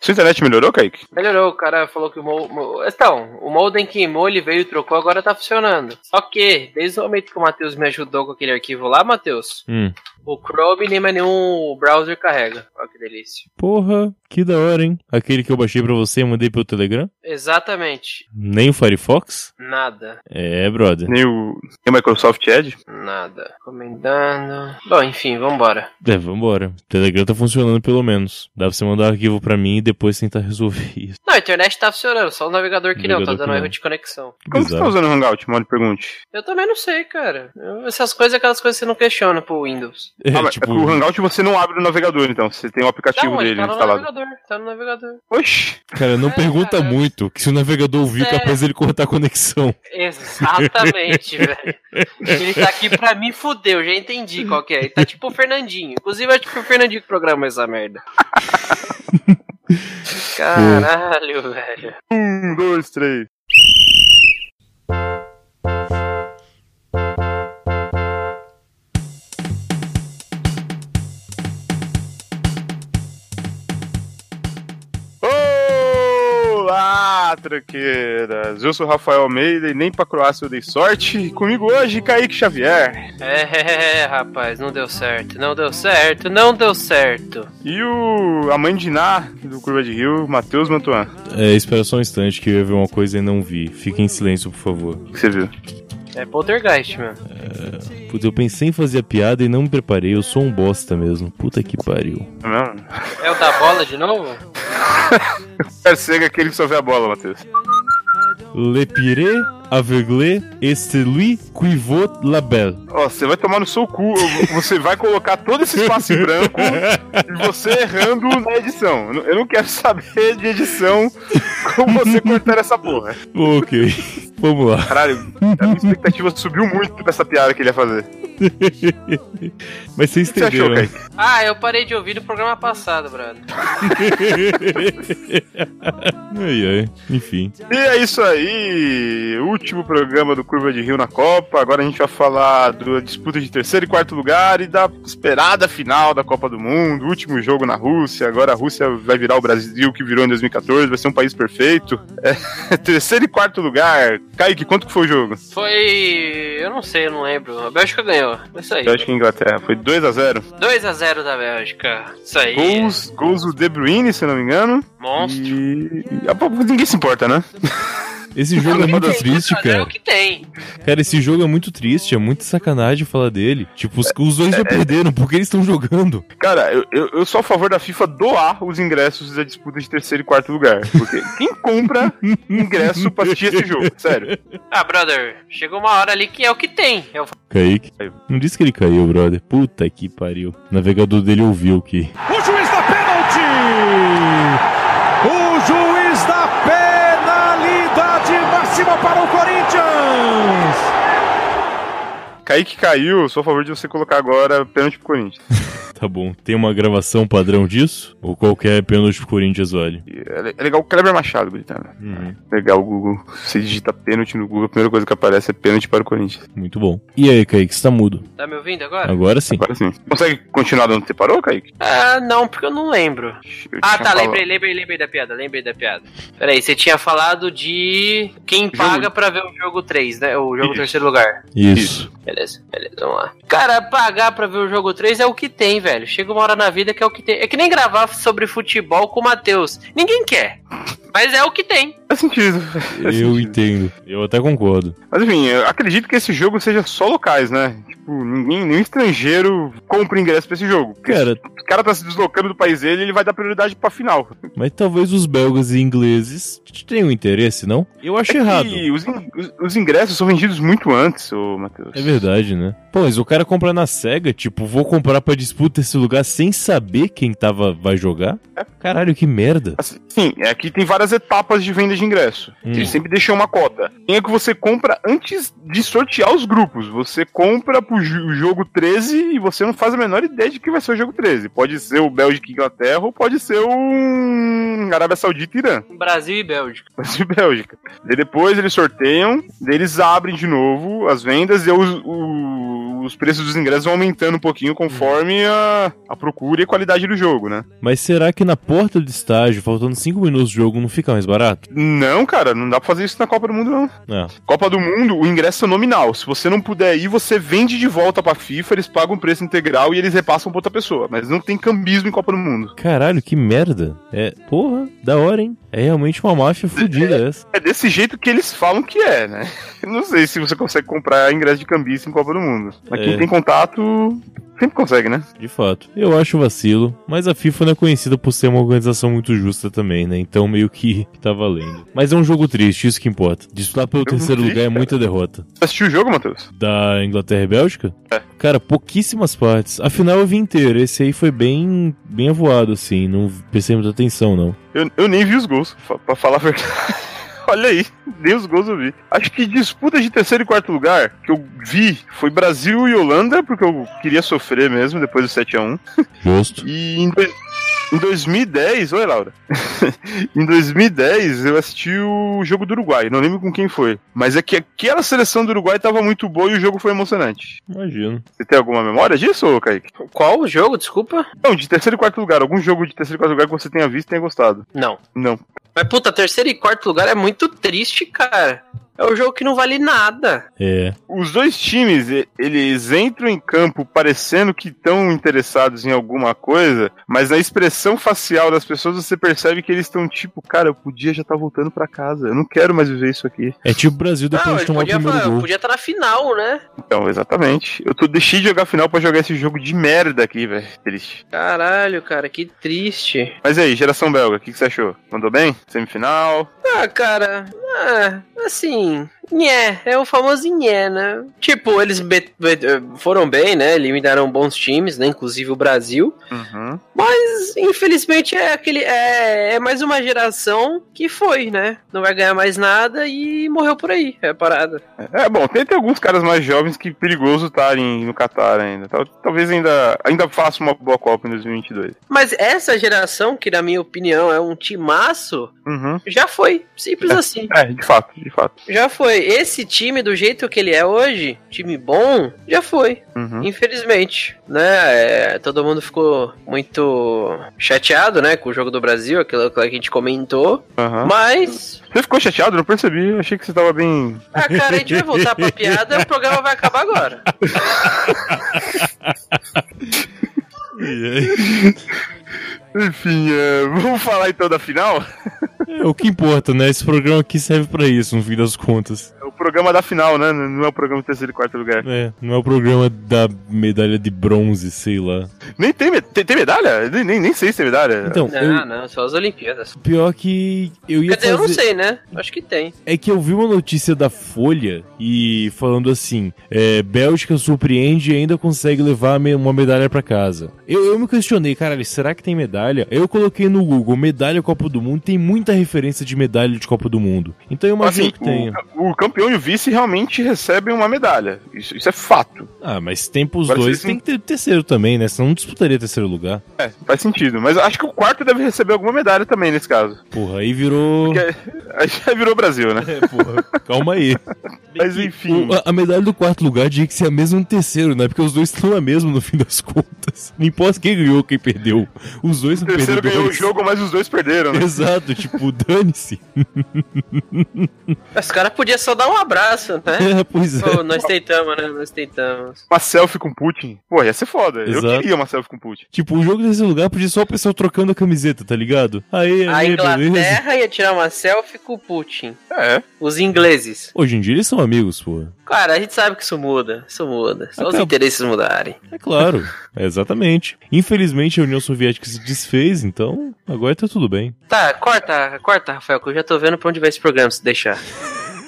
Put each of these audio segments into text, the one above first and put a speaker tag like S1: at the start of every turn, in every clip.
S1: Sua internet melhorou, Kaique?
S2: Melhorou, o cara falou que o Mo, Mo- Então, o Molden queimou, ele veio, trocou, agora tá funcionando. Só que, desde o momento que o Matheus me ajudou com aquele arquivo lá, Matheus,
S3: Hum.
S2: o Chrome nem mais nenhum browser carrega. Olha que delícia.
S3: Porra, que da hora, hein? Aquele que eu baixei pra você e mandei pelo Telegram?
S2: Exatamente.
S3: Nem o Firefox?
S2: Nada.
S3: É, brother.
S1: Nem o, nem o Microsoft Edge?
S2: Nada. Comendando. Bom, enfim, vambora.
S3: É, vambora. O Telegram tá funcionando pelo menos. Dá pra você mandar um arquivo pra mim e depois tentar resolver isso.
S2: Não, a internet tá funcionando, só o navegador que não, tá
S3: Navegador que
S2: dando erro
S3: não.
S2: de conexão.
S1: Como você tá
S3: Bizarro.
S1: usando o Hangout? Mole pergunte.
S2: Eu também não sei, cara. Eu- essas coisas, é aquelas coisas que você não questiona pro Windows.
S3: É,
S1: ah, mas é
S3: tipo,
S1: porque o Hangout você não abre no navegador, então. Você tem o aplicativo
S2: Não, ele
S1: dele
S2: tá no
S1: instalado.
S2: navegador, tá no navegador.
S1: Oxi!
S3: cara, não
S2: É,
S3: pergunta
S2: cara.
S3: muito, que se o navegador ouvir,
S2: É.
S3: capaz ele cortar a conexão.
S2: Exatamente, velho. Ele tá aqui pra me fuder, eu já entendi qual que é. Ele tá tipo o Fernandinho. Inclusive, é tipo o Fernandinho que programa essa merda. Caralho, velho.
S1: Um, dois, três. Olá, tranqueiras! Eu sou o Rafael Almeida e nem pra Croácia eu dei sorte. E Comigo hoje, Kaique Xavier.
S2: É, rapaz, não deu certo, não deu certo, não deu certo.
S1: E o a mãe de Iná, do Curva de Rio, Matheus Mantuan.
S3: É, espera só um instante que eu ia ver uma coisa e não vi. Fique em silêncio, por favor.
S1: O que você viu?
S2: É poltergeist, mano.
S3: Puta, eu pensei em fazer a piada e não me preparei, eu sou um bosta mesmo. Puta que pariu.
S1: Não é mesmo?
S2: É o da bola de novo?
S1: Percega aquele que só vê a bola, Matheus.
S3: Le piré aveuglé est celui qui vaut la belle.
S1: Ó, você vai tomar no seu cu, você vai colocar todo esse espaço em branco e você errando na edição. Eu não- Eu não quero saber de edição como você cortar essa porra.
S3: Ok, vamos lá.
S1: Caralho, a minha expectativa subiu muito dessa piada que ele ia fazer. O
S3: Mas vocês
S1: que você achou,
S3: entenderam. né?
S1: Kaique?
S2: Ah, eu parei de ouvir no programa passado, brother.
S3: ai, ai. Enfim.
S1: E é isso aí, último programa do Curva de Rio na Copa. Agora a gente vai falar da disputa de terceiro e quarto lugar e da esperada final da Copa do Mundo, último jogo na Rússia. Agora a Rússia vai virar o Brasil que virou em 2014, vai ser um país perfeito. É, terceiro e quarto lugar. Kaique, quanto que foi o jogo?
S2: Foi. Eu não sei, eu não lembro. A Bélgica ganhou. Foi Isso aí.
S1: Eu acho que é Inglaterra foi 2 a 0
S2: 2x0 da Bélgica. Isso aí.
S1: Gols, gols do De Bruyne, se eu não me engano.
S2: Monstro.
S1: E... e- ah, pô, Ninguém se importa, né?
S3: Esse jogo é muito
S2: Tem,
S3: triste,
S2: 2 a 0
S3: cara.
S2: é o que tem.
S3: Cara, esse jogo é muito triste, é muito sacanagem falar dele. Tipo, os, os
S1: É,
S3: dois já perderam, porque eles estão jogando.
S1: Cara, eu, eu, eu sou a favor da FIFA doar os ingressos da disputa de terceiro e quarto lugar. Porque quem compra ingresso pra assistir esse jogo? Sério.
S2: Ah, brother, chegou uma hora ali que é o que tem. Eu falo,
S3: Kaique.
S1: Caiu.
S3: Não disse que ele caiu, brother. Puta que pariu. O navegador dele ouviu que.
S4: O juiz da pênalti! O juiz da penalidade máxima para o Corinthians!
S1: Kaique caiu, eu sou a favor de você colocar agora pênalti pro Corinthians.
S3: Tá bom. Tem uma gravação padrão disso? Ou qualquer pênalti pro Corinthians vale?
S1: E É le- é legal o Kleber Machado gritando.
S3: Uhum.
S1: Legal o Google. Você digita pênalti no Google, a primeira coisa que aparece é pênalti para o Corinthians.
S3: Muito bom. E aí, Kaique, você tá mudo?
S2: tá me ouvindo agora?
S3: Agora sim.
S1: Agora sim. Consegue continuar de onde você parou, Kaique?
S2: Ah, não, porque eu não lembro.
S1: Eu
S2: Ah,
S1: tinha
S2: tá,
S1: falado.
S2: lembrei, lembrei, lembrei da piada, lembrei da piada. Peraí, você tinha falado de quem paga pra ver o jogo 3, né? O jogo
S1: Isso.
S2: terceiro lugar.
S3: Isso.
S2: Beleza, beleza, vamos lá. Cara, pagar pra ver o jogo 3 é o que tem, velho. Chega uma hora na vida que é o que tem. É que nem gravar sobre futebol com o Matheus. Ninguém quer. Mas é o que tem.
S1: Faz sentido. Faz
S3: Eu
S1: sentido.
S3: entendo. Eu até concordo.
S1: Mas enfim, eu acredito que esse jogo seja só locais, né? Tipo, ninguém, nenhum estrangeiro compra ingresso pra esse jogo. Porque
S3: Cara,
S1: o cara tá se deslocando do país dele, ele vai dar prioridade pra final.
S3: Mas talvez os belgas e ingleses tenham interesse, não? Eu
S4: É
S3: acho errado.
S1: E É os, in- os- os ingressos são vendidos muito antes, ô Matheus.
S3: É verdade, né? Pô, mas o cara compra na SEGA, tipo, vou comprar pra disputa esse lugar sem saber quem tava vai jogar?
S1: É.
S3: Caralho, que merda.
S1: Assim, Sim, é que tem várias etapas de venda de ingresso.
S3: Hum.
S1: Ele sempre deixou uma cota. Quem é que você compra antes de sortear os grupos? Você compra pro ju- jogo 13 e você não faz a menor ideia de que vai ser o jogo 13. Pode ser o Bélgica e Inglaterra ou pode ser o hum, Arábia Saudita e Irã.
S2: Brasil e Bélgica.
S1: Brasil e Bélgica. Daí depois eles sorteiam, daí eles abrem de novo as vendas e os, o- os, os preços dos ingressos vão aumentando um pouquinho conforme a, a procura e a qualidade do jogo, né?
S3: Mas será que na porta do estágio, faltando 5 minutos do jogo, não fica mais barato?
S1: Não, cara, não dá pra fazer isso na Copa do Mundo, não.
S3: É.
S1: Copa do Mundo, o ingresso é nominal. Se você não puder ir, você vende de volta pra FIFA, eles pagam o preço integral e eles repassam pra outra pessoa. Mas não tem cambismo em Copa do Mundo.
S3: Caralho, que merda. É, porra, da hora, hein? É realmente uma máfia fodida essa.
S1: É desse jeito que eles falam que é, né? Não sei se você consegue comprar ingresso de cambista em Copa do Mundo. Mas
S3: É.
S1: quem tem contato sempre consegue, né?
S3: De fato. Eu acho vacilo, mas a FIFA não é conhecida por ser uma organização muito justa também, né? Então meio que tá valendo. Mas é um jogo triste, isso que importa. Disputar pelo
S1: Jogo
S3: terceiro
S1: triste,
S3: lugar é
S1: cara.
S3: muita derrota.
S1: Você assistiu o jogo, Matheus?
S3: Da Inglaterra e Bélgica?
S1: É.
S3: Cara, pouquíssimas partes. Afinal eu vi inteiro. Esse aí foi bem, bem avoado, assim. Não prestei muita atenção, não.
S1: Eu, eu nem vi os gols, fa- pra falar a verdade. Olha aí, nem os gols eu vi. Acho que disputa de terceiro e quarto lugar que eu vi foi Brasil e Holanda, porque eu queria sofrer mesmo depois do 7x1.
S3: Justo.
S1: E em, dois- em 2010, oi Laura. em 2010 eu assisti o jogo do Uruguai, não lembro com quem foi, mas é que aquela seleção do Uruguai tava muito boa e o jogo foi emocionante.
S3: Imagino.
S1: Você tem alguma memória disso, ô, Kaique?
S2: Qual o jogo, desculpa?
S1: Não, de terceiro e quarto lugar, algum jogo de terceiro e quarto lugar que você tenha visto e tenha gostado.
S2: Não.
S1: Não.
S2: Mas, puta, terceiro e quarto lugar é muito triste, cara. É um jogo que não vale nada.
S3: É.
S1: Os dois times, e- eles entram em campo parecendo que estão interessados em alguma coisa, mas na expressão facial das pessoas você percebe que eles estão tipo, cara, eu podia já estar voltando pra casa, eu não quero mais viver isso aqui.
S3: É tipo o Brasil depois
S2: não,
S3: de
S2: ele
S3: tomar o
S2: podia,
S3: primeiro
S2: fa-
S3: gol.
S2: podia estar na final, né?
S1: Então, exatamente. Eu tô, deixei de jogar final pra jogar esse jogo de merda aqui, velho. Triste.
S2: Caralho, cara, que triste.
S1: Mas e aí, geração belga, o que, que você achou? Mandou bem? Semifinal?
S2: Ah, cara, ah, assim, nhé, é o famoso nhé, né? Tipo, eles be- be- foram bem, né? Eliminaram bons times, né? Inclusive o Brasil.
S1: Uhum.
S2: Mas, infelizmente, é aquele. É, é mais uma geração que foi, né? Não vai ganhar mais nada e morreu por aí. É a parada.
S1: É, bom, tem, tem alguns caras mais jovens que perigoso estarem no Qatar ainda. Tal- talvez ainda, ainda faça uma boa Copa em 2022.
S2: Mas essa geração, que na minha opinião é um timaço,
S1: Uhum.
S2: já foi. Simples assim.
S1: É, de fato, de fato.
S2: Já foi. Esse time, do jeito que ele é hoje, time bom, já foi.
S1: Uhum.
S2: Infelizmente, né? é, todo mundo ficou muito chateado, né? Com o jogo do Brasil, aquilo aquilo que a gente comentou.
S1: Aham.
S2: Mas,
S1: Você ficou chateado? Não percebi. Achei que você tava bem.
S2: ah, cara, a gente vai voltar pra piada e o programa vai acabar agora.
S1: Enfim, é, vamos falar então da final?
S3: É o que importa, né? Esse programa aqui serve pra isso, no fim das contas.
S1: É o programa da final, né? Não é o programa de terceiro e quarto lugar.
S3: É, não é o programa da medalha de bronze, sei lá.
S1: Nem tem, me- tem, tem medalha? Nem, nem, nem sei se tem medalha.
S3: Então,
S2: Não,
S3: eu,
S2: não, só as Olimpíadas.
S3: pior que eu ia
S2: Quer dizer, eu não
S3: fazer-
S2: sei, né? Acho que tem.
S3: É que eu vi uma notícia da Folha e falando assim: é, Bélgica surpreende e ainda consegue levar me- uma medalha pra casa. Eu, eu me questionei, caralho, será que tem medalha? Eu coloquei no Google medalha Copa do Mundo, tem muita referência de medalha de Copa do Mundo. Então eu imagino
S1: Assim,
S3: que tenha.
S1: o, o campeão e o vice realmente recebem uma medalha. Isso, isso é fato.
S3: Ah, mas tem pros
S1: Parece
S3: dois,
S1: que
S3: tem que ter terceiro também, né? Senão não disputaria terceiro lugar.
S1: É, faz sentido. Mas acho que o quarto deve receber alguma medalha também nesse caso.
S3: Porra, aí virou.
S1: Porque- Aí já virou Brasil, né?
S3: É, porra, calma aí.
S1: Mas enfim.
S3: O- a- a medalha do quarto lugar tinha que ser a mesma do terceiro, né? Porque os dois estão a mesma no fim das contas. Não importa quem ganhou, quem perdeu. Os dois
S1: O
S3: não
S1: terceiro
S3: perderam
S1: ganhou o jogo, mas os dois perderam, né?
S3: Exato, tipo, dane-se.
S2: Os caras podiam só dar um abraço, né?
S3: É, pois é.
S2: Pô, nós tentamos, né? Nós tentamos.
S1: Uma selfie com Putin. Pô, ia ser foda.
S3: Exato.
S1: Eu queria uma selfie com Putin.
S3: Tipo, o jogo desse lugar podia só o pessoal trocando a camiseta, tá ligado? Aí,
S2: A
S3: aí, beleza.
S2: Inglaterra ia tirar uma selfie com o Putin.
S1: É.
S2: Os ingleses.
S3: Hoje em dia eles são amigos, pô.
S2: Cara, a gente sabe que isso muda. Isso muda. Só os
S3: Acabou.
S2: interesses mudarem.
S3: É claro, exatamente. Infelizmente a União Soviética se desfez, então agora tá tudo bem.
S2: Tá, corta, corta, Rafael, que eu já tô vendo pra onde vai esse programa se deixar.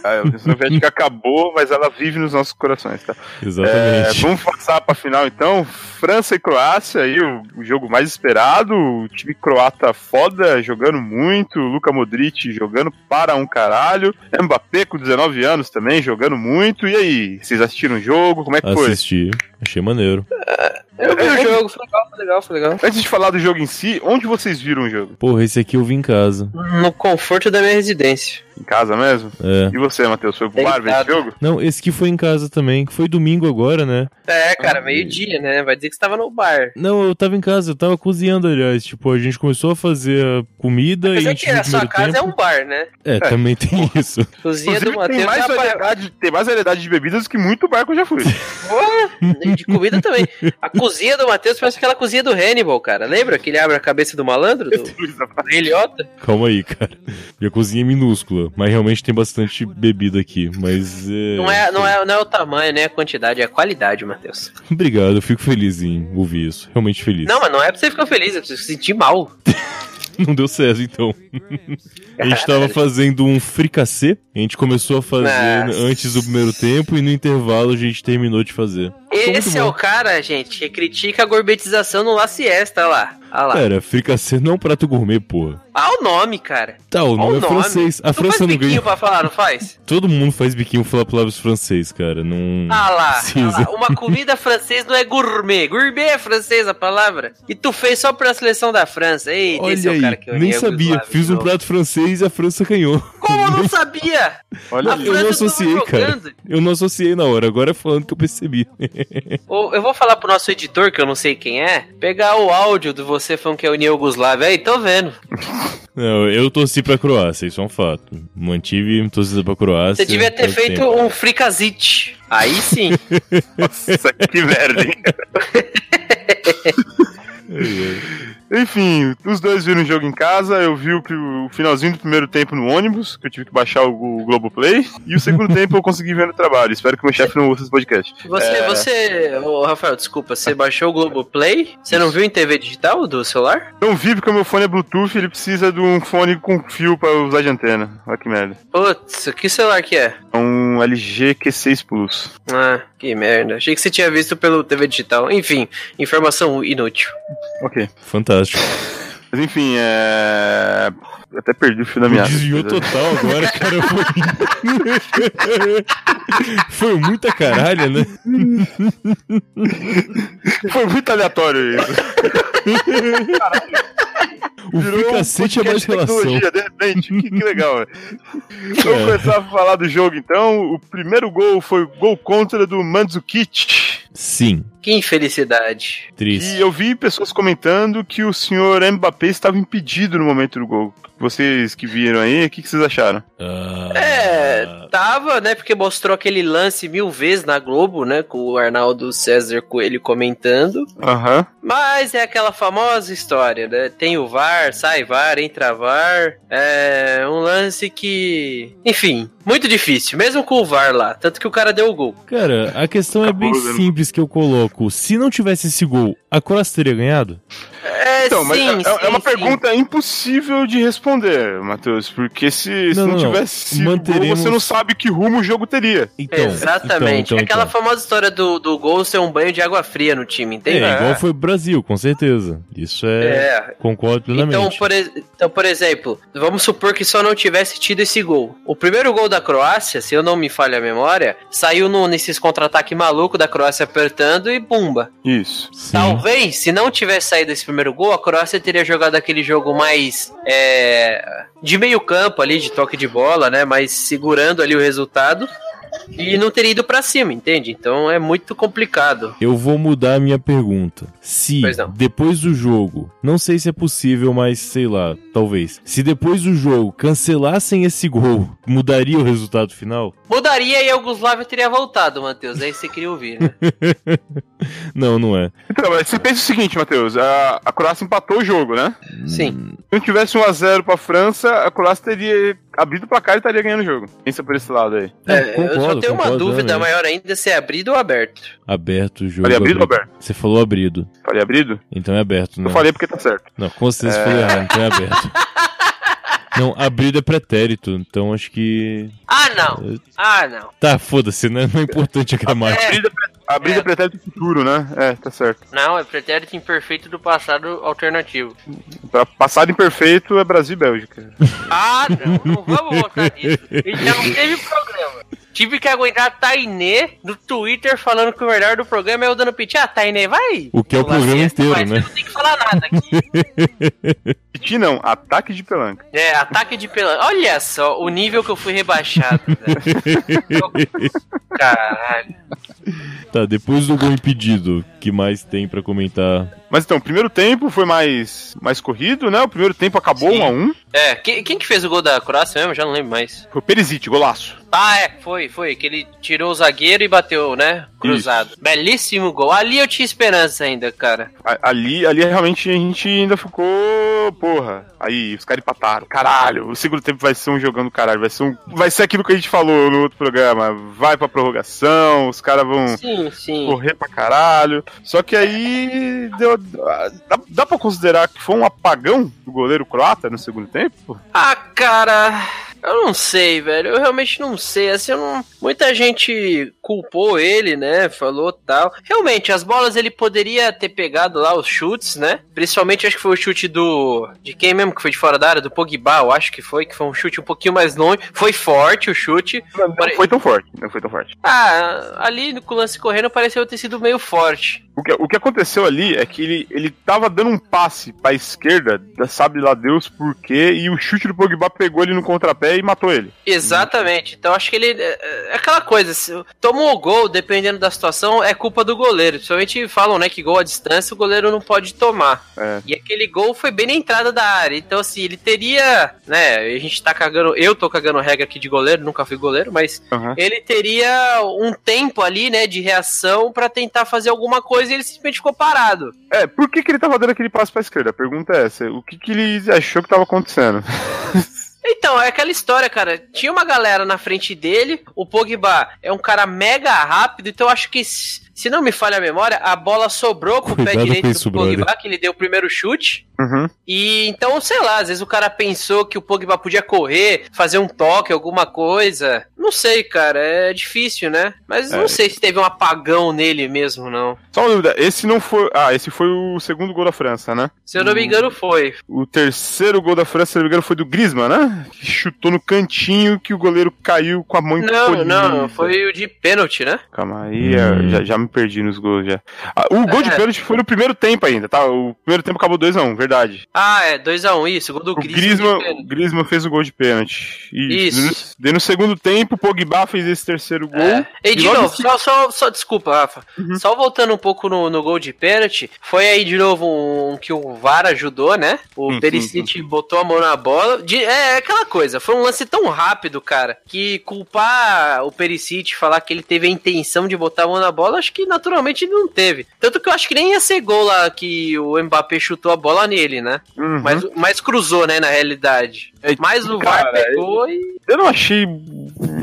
S1: A União Soviética acabou, mas ela vive nos nossos corações, tá? É,
S3: Exatamente.
S1: vamos passar pra final então. França e Croácia aí, o, o jogo mais esperado. O time croata foda, jogando muito. Luka Modric jogando para um caralho. Mbappé com 19 anos também, jogando muito. E aí, vocês assistiram o jogo? Como é que foi?
S3: Assisti, achei maneiro.
S2: Eu vi o jogo, foi legal, foi legal, foi legal.
S1: Antes de falar do jogo em si, onde vocês viram o jogo?
S3: Porra, esse aqui eu vi em casa.
S2: No conforto da minha residência.
S1: Em casa mesmo?
S3: É.
S1: E você, Matheus, foi pro bar ver esse
S2: Deitado.
S1: jogo?
S3: Não, esse aqui foi em casa também, que foi domingo agora, né?
S2: É, cara, meio-dia, né? Vai dizer que você tava no bar.
S3: Não, eu tava em casa, eu tava cozinhando, aliás. Tipo, a gente começou a fazer a comida e.
S2: Apesar que
S3: tive
S2: a sua
S3: o primeiro
S2: casa é
S3: tempo.
S2: um bar, né?
S3: É, também tem isso.
S2: Cozinha do
S1: Inclusive,
S2: Matheus
S1: tem
S2: é
S1: mais,
S2: uma bar-
S1: variedade, tem mais variedade de bebidas que muito bar que eu já fui.
S2: Boa! E de comida também. A cozinha do Matheus parece aquela cozinha do Hannibal, cara. Lembra que ele abre a cabeça do malandro, do do Eliota?
S3: Calma aí, cara. Minha cozinha é minúscula, mas realmente tem bastante bebida aqui. Mas. É...
S2: Não é, não, é, não é o tamanho, né? A quantidade, é a qualidade, Matheus.
S3: Obrigado, eu fico feliz em ouvir isso. Realmente feliz.
S2: Não, mas não é pra você ficar feliz, é pra você se sentir
S3: Tá
S2: mal.
S3: Não deu certo, então. a gente tava fazendo um fricassê. A gente começou a fazer
S2: Nossa.
S3: antes do primeiro tempo e no intervalo a gente terminou de fazer. Ficou muito
S2: Esse é
S3: bom.
S2: o cara, gente, que critica a gourmetização no La Siesta, olha lá. Olha lá.
S3: Cara, fricassê não é um prato gourmet, porra.
S2: Ah, o nome, cara.
S3: Tá, o
S2: Olha
S3: nome
S2: o
S3: é
S2: nome.
S3: francês. A
S2: tu faz
S3: França não
S2: biquinho
S3: ganha.
S2: pra falar, não faz?
S3: Todo mundo faz biquinho falar palavras francês, cara. Não.
S2: Ah lá, ah
S3: precisa.
S2: lá, uma comida francesa não é gourmet. Gourmet é francês a palavra. E tu fez só pra seleção da França. Eita, esse
S3: Olha
S2: é o cara
S3: aí,
S2: que eu
S3: nem
S2: odeio,
S3: sabia.
S2: Yugoslávio,
S3: Fiz um
S2: não.
S3: prato francês e a França ganhou.
S2: Como eu não sabia?
S1: Olha
S2: A
S1: aí.
S3: Eu não
S2: tava
S3: associei, cara.
S2: jogando.
S3: Eu não associei na hora, agora é falando que eu percebi.
S2: Ô, Eu vou falar pro nosso editor, que eu não sei quem é, pegar o áudio do você falando que é União Yugoslávia. Aí, tô vendo.
S3: Não, eu torci pra Croácia, isso é um fato. Mantive torcida pra Croácia.
S2: Você devia ter
S3: faz
S2: feito
S3: tempo.
S2: um fricazite. Aí sim.
S1: Nossa, que merda, hein? Enfim, os dois viram o jogo em casa. Eu vi o, pri- o finalzinho do primeiro tempo no ônibus, que eu tive que baixar o, o Globoplay. E o segundo tempo eu consegui ver no trabalho. Espero que meu chefe não ouça esse podcast.
S2: Você,
S1: É.
S2: você, ô, Rafael, desculpa, você baixou o Globoplay? Você não viu em TV digital do celular?
S1: Não vi porque o meu fone é Bluetooth ele precisa de um fone com fio pra usar de antena. Olha que merda.
S2: Putz, que celular que é?
S1: É um LG Q6 Plus.
S2: Ah, que merda. Achei que você tinha visto pelo TV digital. Enfim, informação inútil.
S1: Ok.
S3: Fantástico.
S1: Mas enfim, é. Eu até perdi o fio da
S3: Um
S1: Tá minha.
S3: desvio total agora, cara. Foi... foi muita caralho, né?
S1: Foi muito aleatório isso.
S3: O
S2: um
S3: fricacete é mais
S1: um podcast de
S3: relação.
S1: tecnologia,
S3: É.
S1: de repente. Que, que legal, velho. Vamos começar a falar do jogo, então. O primeiro gol foi o gol contra do Mandzukic.
S3: Sim,
S2: Que infelicidade.
S3: triste.
S1: E eu vi pessoas comentando que o senhor Mbappé estava impedido no momento do gol. Vocês que viram aí, o que, que vocês acharam?
S3: Ah,
S2: É, tava, né? Porque mostrou aquele lance mil vezes na Globo, né? Com o Arnaldo César Coelho comentando.
S1: Aham.
S2: Mas é aquela famosa história, né? Tem o VAR, sai VAR, entra VAR. É um lance que. Enfim, muito difícil, mesmo com o VAR lá. Tanto que o cara deu o gol.
S3: Cara, a questão é bem
S1: Acabou, né?
S3: simples que eu coloco. Se não tivesse esse gol, a Croácia teria ganhado?
S2: É,
S1: Então, mas
S2: sim,
S1: é, é
S2: sim,
S1: uma
S2: sim.
S1: pergunta impossível de responder, Matheus, porque se, se
S3: Não,
S1: não,
S3: não, não.
S1: tivesse sido gol,
S3: Manteremos-
S1: você não sabe que rumo o jogo teria.
S3: Então,
S2: É, Exatamente.
S3: então, então,
S2: Aquela
S3: então.
S2: famosa história do, do gol ser um banho de água fria no time, entende?
S3: É, igual foi o Brasil, com certeza. Isso é.
S2: né? É.
S3: Concordo plenamente.
S2: Então por, ex- então, por exemplo, vamos supor que só não tivesse tido esse gol. O primeiro gol da Croácia, se eu não me falho a memória, saiu no- nesses contra-ataque maluco da Croácia apertando e bumba.
S1: Isso.
S3: Sim.
S2: Talvez, se não tivesse saído esse primeiro gol, a Croácia teria jogado aquele jogo mais é, de meio campo ali, de toque de bola, né? Mas segurando ali o resultado e não teria ido pra cima, entende? Então é muito complicado.
S3: Eu vou mudar a minha pergunta. Se
S2: Pois não.
S3: depois do jogo, não sei se é possível, mas sei lá, talvez. Se depois do jogo cancelassem esse gol, mudaria o resultado final?
S2: Mudaria e a Yugoslávia teria voltado, Matheus. Aí você queria ouvir, né?
S3: Não, não é.
S1: Então, mas você pensa o seguinte, Matheus, a, a Croácia empatou o jogo, né?
S3: Hum,
S2: Sim.
S1: Se não tivesse 1x0 pra França, a Croácia teria abrido o placar e estaria ganhando o jogo. Pensa por esse lado aí.
S3: Não,
S2: É, eu só tenho uma
S3: concordo
S2: dúvida
S3: plenamente.
S2: maior ainda se é abrido ou aberto.
S3: Aberto o jogo.
S1: Falei abrido ou
S3: Você falou abrido.
S1: Falei abrido?
S3: Então é aberto, né?
S1: Eu falei porque tá certo.
S3: Não, com certeza falei errado, então é aberto. Não, abrido é pretérito, então acho que.
S2: Ah, não. Ah, não.
S3: Tá, foda-se, né? Não é importante a gramática.
S2: É,
S1: Abrido é, pre- abrido é pretérito futuro, né? É, tá certo.
S2: não, é pretérito imperfeito do passado alternativo.
S1: Pra passado imperfeito é Brasil e Bélgica.
S2: Ah, não. Não vamos voltar nisso. E já não teve programa. Tive que aguentar a Tainê no Twitter falando que o melhor do programa é eu dando piti. Ah, Tainê, vai!
S3: O que é o
S2: Então,
S3: programa
S2: assim,
S3: inteiro,
S2: mas
S3: né?
S2: eu Não tem que falar nada aqui.
S1: Piti não, ataque de pelanca.
S2: É, ataque de pelanca. Olha só o nível que eu fui rebaixado, velho. Caralho.
S3: Tá, depois do gol impedido, que mais tem pra comentar?
S1: Mas então, o primeiro tempo foi mais, mais corrido, né? O primeiro tempo acabou
S2: Sim.
S1: 1 a 1
S2: É, que- quem que fez o gol da Croácia mesmo? Já não lembro mais.
S1: Foi o Perisic, golaço.
S2: Tá, é, foi, foi. Que ele tirou o zagueiro e bateu, né? Cruzado. Belíssimo gol. Ali eu tinha esperança ainda, cara.
S1: A- Ali, ali realmente a gente ainda ficou. Porra. Aí, os caras empataram. Caralho, o segundo tempo vai ser um jogando caralho. Vai ser, um, vai ser aquilo que a gente falou no outro programa. Vai pra prorrogação, os caras vão.
S3: Hum.
S2: Sim, sim.
S1: correr pra caralho. Só que aí deu, dá, dá pra considerar que foi um apagão do goleiro croata no segundo tempo?
S2: Ah, cara. Eu não sei, velho. Eu realmente não sei. Assim, eu não... muita gente culpou ele, né? Falou tal. Realmente, as bolas ele poderia ter pegado lá os chutes, né? Principalmente acho que foi o chute do. De quem mesmo que foi de fora da área? Do Pogba, eu acho que foi, que foi um chute um pouquinho mais longe. Foi forte o chute.
S1: Não
S2: Pare-
S1: foi tão forte, não foi tão forte.
S2: Ah, ali com o lance correndo pareceu ter sido meio forte.
S1: O que, o que aconteceu ali é que ele, ele tava dando um passe pra esquerda, da- sabe lá Deus por quê, e o chute do Pogba pegou ele no contrapé e matou ele.
S2: Exatamente. Então acho que ele. É é aquela coisa, se tomou o gol, dependendo da situação, é culpa do goleiro. Principalmente falam, né, que gol à distância o goleiro não pode tomar.
S1: É.
S2: E aquele gol foi bem na entrada da área. Então, assim, ele teria. Né, a gente tá cagando. Eu tô cagando regra aqui de goleiro, nunca fui goleiro, mas
S1: Aham.
S2: ele teria um tempo ali, né, de reação pra tentar fazer alguma coisa e ele simplesmente ficou parado.
S1: É, por que, que ele tava dando aquele passe pra esquerda? A pergunta é essa. O que, que ele achou que tava acontecendo?
S2: Então, é aquela história, cara. Tinha uma galera na frente dele. O Pogba é um cara mega rápido, então eu acho que, se se não me falha a memória, a bola sobrou pro pé
S3: Cuidado
S2: direito
S3: com
S2: do
S3: isso,
S2: Pogba,
S3: brother.
S2: que ele deu o primeiro chute.
S1: Uhum.
S2: E então, sei lá, às vezes o cara pensou que o Pogba podia correr, fazer um toque, alguma coisa. Não sei, cara, é difícil, né? Mas não sei se teve um apagão nele mesmo, não.
S1: Só uma dúvida, esse não foi. Ah, esse foi o segundo gol da França, né?
S2: Se eu não me engano, foi.
S1: O terceiro gol da França, se não me engano, foi do Griezmann, né? Que chutou no cantinho que o goleiro caiu com a mão
S2: Não,
S1: encolhida.
S2: não, foi o de pênalti, né?
S1: Calma aí, eu já, já me perdi nos gols já. Ah, o gol de
S2: É.
S1: pênalti foi no primeiro tempo ainda, tá? O primeiro tempo acabou 2x1, verdade.
S2: Ah, é, 2x1, isso, gol do
S1: O Griezmann,
S2: Griezmann.
S1: o Griezmann fez o gol de pênalti.
S2: Isso.
S1: Daí no segundo tempo, o Pogba fez esse terceiro gol.
S2: É. E de
S1: logo em
S2: novo, só, só, só- desculpa, Rafa. Só voltando um pouco no, no gol de pênalti, foi aí de novo um, que o VAR ajudou, né? O
S1: Sim,
S2: Perisic botou a mão na bola. De- é, é aquela coisa, foi um lance tão rápido, cara, que culpar o Perisic, falar que ele teve a intenção de botar a mão na bola, acho que naturalmente ele não teve. Tanto que eu acho que nem ia ser gol lá que o Mbappé chutou a bola nele, né?
S1: Uhum.
S2: Mas, mas cruzou, né, na realidade.
S1: É,
S2: Mas o
S1: cara,
S2: VAR pegou e.
S1: Eu não achei.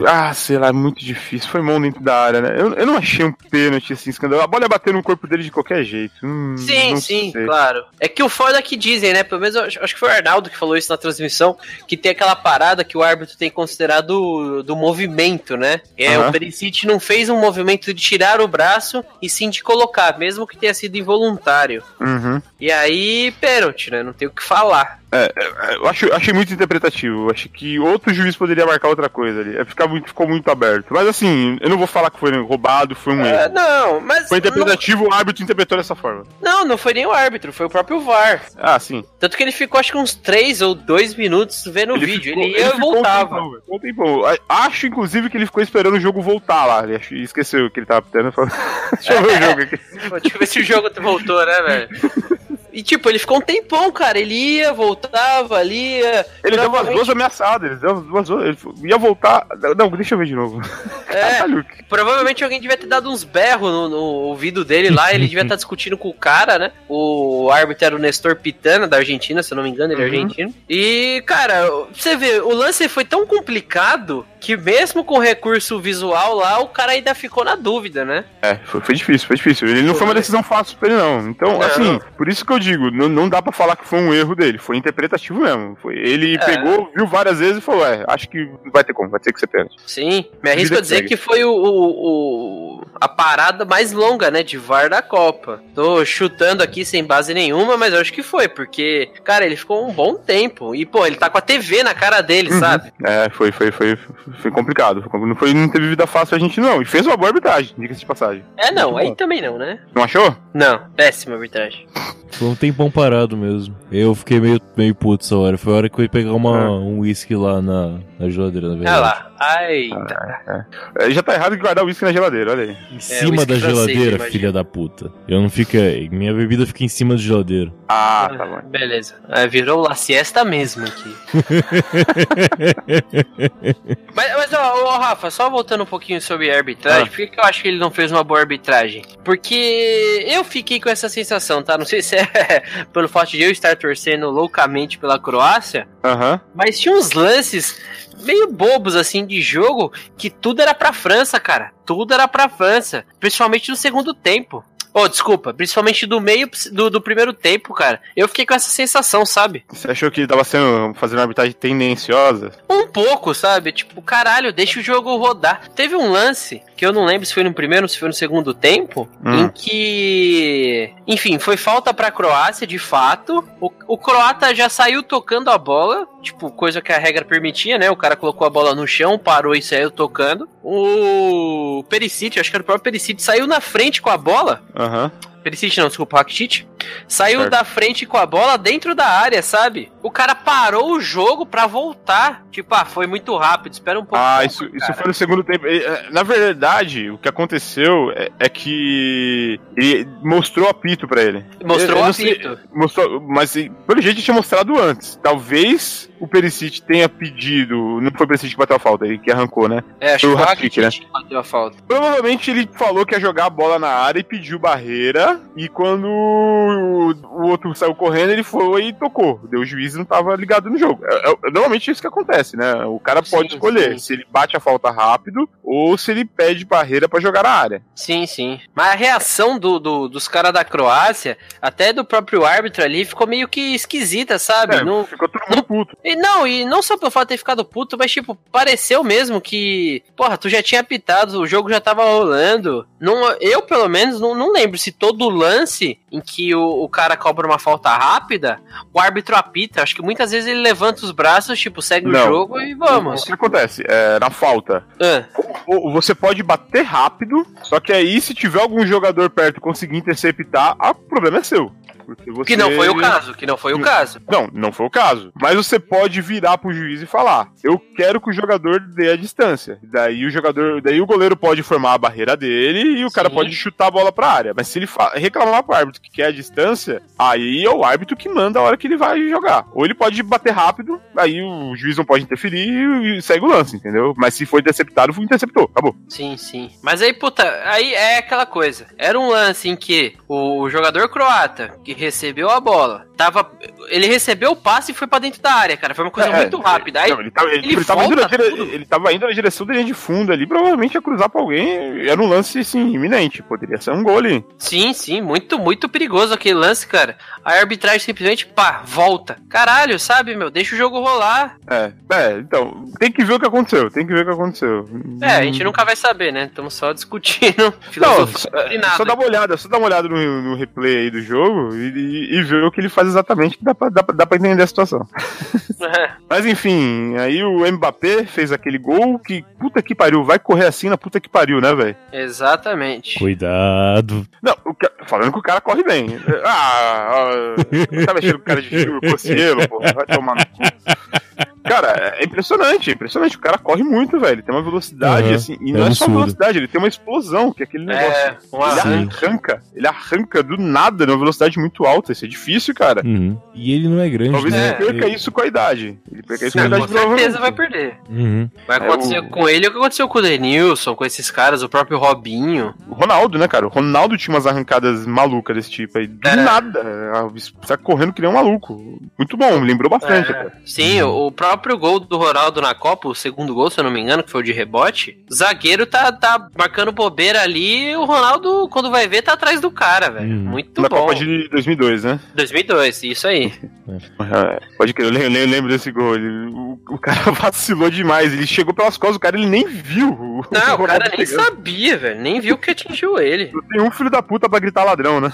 S1: Ah, sei lá, muito difícil. Foi mão dentro da área, né? Eu, eu não achei um pênalti assim escandaloso. A bola ia bater no corpo dele de qualquer jeito. Hum,
S2: Sim,
S1: não
S2: sim,
S1: sei.
S2: claro. É que o foda é que dizem, né? Pelo menos eu acho acho que foi o Arnaldo que falou isso na transmissão, que tem aquela parada que o árbitro tem considerado do movimento, né? É,
S1: Aham.
S2: o Perisic não fez um movimento de tirar o braço e sim de colocar, mesmo que tenha sido involuntário.
S1: Uhum.
S2: E aí, pênalti, né? Não tem o que falar.
S1: Eu acho, achei muito interpretativo. Eu Acho que outro juiz poderia marcar outra coisa ali. É ficar muito, ficou muito aberto. Mas assim, eu não vou falar que foi roubado, foi um
S2: É,
S1: erro.
S2: não, mas.
S1: Foi interpretativo, o árbitro interpretou dessa forma.
S2: Não, não foi nem o árbitro, foi o próprio VAR.
S1: Ah, sim.
S2: Tanto que ele ficou acho que uns 3 ou 2 minutos vendo o vídeo.
S1: ficou-
S2: ele ia e
S1: ficou um
S2: voltava.
S1: tempão, velho. Ficou um tempão. A- Acho, inclusive, que ele ficou esperando o jogo voltar lá. Ele ach- esqueceu que ele tava apitando. e falou, Deixa eu ver o jogo aqui.
S2: Pô, Deixa eu ver se o jogo voltou, né, velho? E, tipo, ele ficou um tempão, cara. Ele ia, voltava, ali ia.
S1: Ele deu umas
S2: Provavelmente-
S1: duas ameaçadas, ele deu umas duas. Ele f- ia voltar. Não, deixa eu ver de novo.
S2: É.
S1: Caralho, que-
S2: Provavelmente alguém devia ter dado uns berros no, no ouvido dele lá. Ele devia estar discutindo com o cara, né? O árbitro era o Nestor Pitana, da Argentina, se eu não me engano, ele é
S1: Uhum.
S2: argentino. E, cara, você vê, o lance foi tão complicado que, mesmo com recurso visual lá, o cara ainda ficou na dúvida, né?
S1: É, foi, foi difícil, foi difícil. Ele não foi uma decisão fácil pra ele, não. Então,
S2: Não.
S1: assim, por isso que eu digo, não, não dá pra falar que foi um erro dele, foi interpretativo mesmo. Foi, ele
S2: É.
S1: pegou, viu várias vezes e falou: é, acho que vai ter como, vai ter que ser pênalti.
S2: Sim, me arrisco
S1: Vida
S2: a dizer
S1: segue.
S2: que foi o, o- o- a parada mais longa, né, de VAR da Copa. Tô chutando aqui sem base nenhuma, mas eu acho que foi, porque, cara, ele ficou um bom tempo. E, pô, ele tá com a TV na cara dele,
S1: Uhum.
S2: sabe?
S1: É, foi, foi, foi, foi, Foi complicado. foi compli- Não, foi, não teve vida fácil a gente, não. E fez uma boa arbitragem, diga-se de passagem.
S2: É, não,
S1: Muito
S2: aí
S1: bom.
S2: também não, né?
S1: Não achou?
S2: Não, péssima arbitragem.
S3: Foi um tempão parado mesmo. Eu fiquei meio, meio puto essa hora. Foi a hora que eu ia pegar uma,
S1: É.
S3: um whisky lá na, na geladeira, na
S2: Olha
S3: verdade.
S2: lá. Ai,
S1: É, já tá errado que guardar o uísque na geladeira, olha aí.
S3: Em cima
S2: whisky
S3: da
S2: francês,
S3: geladeira,
S2: imagina.
S3: filha da puta. Eu não fica. Minha bebida fica em cima da geladeira.
S1: Ah, tá bom.
S2: beleza. Ah, virou La Siesta mesmo aqui. mas, mas, ó, ó, Rafa, só voltando um pouquinho sobre a arbitragem,
S1: Ah.
S2: por que que eu acho que ele não fez uma boa arbitragem? Porque eu fiquei com essa sensação, tá? Não sei se é pelo fato de eu estar torcendo loucamente pela Croácia,
S1: Aham.
S2: Mas tinha uns lances meio bobos assim de jogo que tudo era pra França, cara. Tudo era pra França, principalmente no segundo tempo. Oh, desculpa, principalmente do meio do, do primeiro tempo, cara. Eu fiquei com essa sensação, sabe?
S1: Você achou que ele tava sendo, fazendo uma arbitragem tendenciosa?
S2: Um pouco, sabe? Tipo, caralho, deixa o jogo rodar. Teve um lance que eu não lembro se foi no primeiro, se foi no segundo tempo,
S1: Hum.
S2: em que, enfim, foi falta pra Croácia, de fato. O, o croata já saiu tocando a bola, tipo, coisa que a regra permitia, né? O cara colocou a bola no chão, parou e saiu tocando. O Perisic, acho que era o próprio Perisic, saiu na frente com a bola.
S1: Aham.
S2: Perisic não, desculpa, Rakitic. Saiu
S1: Certo.
S2: da frente com a bola dentro da área, sabe? O cara parou o jogo pra voltar. Tipo, ah, foi muito rápido, espera um pouco.
S1: Ah,
S2: Porra,
S1: isso, isso
S2: cara.
S1: foi no segundo tempo. Eh, eh, Na verdade, o que aconteceu é, é que ele mostrou apito pra ele.
S2: Mostrou
S1: eu
S2: o
S1: não sei-
S2: apito.
S1: Mostrou, mas eh, pelo jeito ele tinha mostrado antes. Talvez o Perisic tenha pedido. Não foi o Perisic que bateu a falta, ele que arrancou, né?
S2: É, acho
S1: o
S2: que o
S1: Rakitic,
S2: Rakitic né? bateu a falta.
S1: Provavelmente ele falou que ia jogar a bola na área e pediu barreira. E quando o, o outro saiu correndo, ele foi e tocou. Deu o juiz e não tava ligado no jogo. É, é- normalmente é isso que acontece, né? O cara pode
S2: Sim,
S1: escolher
S2: sim.
S1: se ele bate a falta rápido ou se ele pede barreira pra jogar na área.
S2: Sim, sim. Mas a reação do, do- dos caras da Croácia, até do próprio árbitro ali, ficou meio que esquisita, sabe?
S1: É,
S2: Não,
S1: Ficou todo mundo puto.
S2: E não, e não só pelo fato de ter ficado puto, mas tipo, pareceu mesmo que, porra, tu já tinha apitado, o jogo já tava rolando. Não, eu, pelo menos, não, não lembro se todo lance em que o, o cara cobra uma falta rápida, o árbitro apita. Acho que muitas vezes ele levanta os braços, tipo, segue
S1: Não.
S2: o jogo e
S1: O
S2: vamos.
S1: que acontece? É, na falta.
S2: Ah,
S1: Ou Você pode bater rápido, só que aí, se tiver algum jogador perto e conseguir interceptar, ah, o problema é seu. Porque você...
S2: que não foi o caso, que não foi o caso.
S1: Não, não foi o caso. Mas você pode virar pro juiz e falar: Eu quero que o jogador dê a distância. Daí o jogador, daí o goleiro pode formar a barreira dele e o cara
S2: Sim.
S1: pode chutar a bola pra área. Mas se ele fa- reclamar pro árbitro que quer a distância, aí é o árbitro que manda a hora que ele vai jogar. Ou ele pode bater rápido, aí o juiz não pode interferir e segue o lance, entendeu? Mas se for interceptado, foi interceptou. Acabou.
S2: Sim, sim. Mas aí, puta, aí é aquela coisa. Era um lance em que o jogador croata que recebeu a bola, tava. Ele recebeu o passe e foi pra dentro da área, cara. Foi uma coisa
S1: É,
S2: muito rápida. Aí,
S1: Não, ele, tava, ele-
S2: ele
S1: ele tava indo na
S2: volta
S1: dire-
S2: tudo.
S1: ele tava indo na direção da linha de fundo ali, provavelmente ia cruzar pra alguém. Era um lance, assim, iminente. Poderia ser um gol ali.
S2: Sim, sim, muito, muito perigoso aquele lance, cara. A arbitragem simplesmente, pá, volta. Caralho, sabe, meu? Deixa o jogo rolar.
S1: É, é, então, tem que ver o que aconteceu, tem que ver o que aconteceu.
S2: É, a gente nunca vai saber, né? Estamos só discutindo.
S1: Hum. Não,
S2: filosofia
S1: só,
S2: sobre nada.
S1: só dá uma olhada, só dá uma olhada no, no replay aí do jogo e, e- e ver o que ele faz exatamente, que dá pra, dá, pra- dá pra entender a situação.
S2: né?
S1: Mas enfim, aí o Mbappé fez aquele gol que, puta que pariu, vai correr assim na puta que pariu, né, velho?
S2: Exatamente.
S3: Cuidado.
S1: Não, o ca- falando que o cara corre bem. Ah, ah tá mexendo com cara de Gil, Cossielo, pô, vai tomar no cu. Cara, é impressionante, é impressionante. O cara corre muito, velho. Ele Tem uma velocidade,
S3: Aham,
S1: assim, e
S3: é
S1: não é só
S3: absurdo.
S1: velocidade, ele tem uma explosão, que é aquele negócio.
S2: É, um
S1: Ele
S2: arranque.
S1: arranca, ele arranca do nada numa velocidade muito alta. Isso é difícil, cara.
S3: Uhum. E ele não é grande,
S1: Talvez
S3: né?
S1: ele perca
S3: Ele-
S1: isso com a idade. Ele perca isso é
S3: Sim,
S1: com a
S2: Não,
S1: idade
S2: com certeza
S1: provavelmente.
S2: vai perder.
S3: Uhum.
S2: Vai
S1: É,
S2: acontecer
S1: o-
S2: com ele o que aconteceu com o Denilson, com esses caras, o próprio Robinho.
S1: O Ronaldo, né, cara? O Ronaldo tinha umas arrancadas malucas desse tipo aí. Do
S2: É.
S1: nada. ah, Tá correndo que nem um maluco. Muito bom, me lembrou
S2: É.
S1: bastante. cara.
S2: Sim, o o próprio gol do Ronaldo na Copa, o segundo gol, se eu não me engano, que foi o de rebote. O zagueiro tá, tá marcando bobeira ali e o Ronaldo, quando vai ver, tá atrás do cara, velho.
S3: Hum.
S2: Muito
S1: Na
S2: Tá bom.
S1: Copa de 2002, né?
S2: 2002, isso aí.
S1: É, Pode crer, eu lem- eu lem- eu lembro desse gol. Ele- o, o cara vacilou demais. Ele chegou pelas costas, o cara ele nem viu. o-
S2: Não, o cara
S1: Ronaldo
S2: nem
S1: chegando.
S2: sabia, velho. Nem viu que atingiu ele.
S1: Não Tem um filho da puta pra gritar ladrão, né?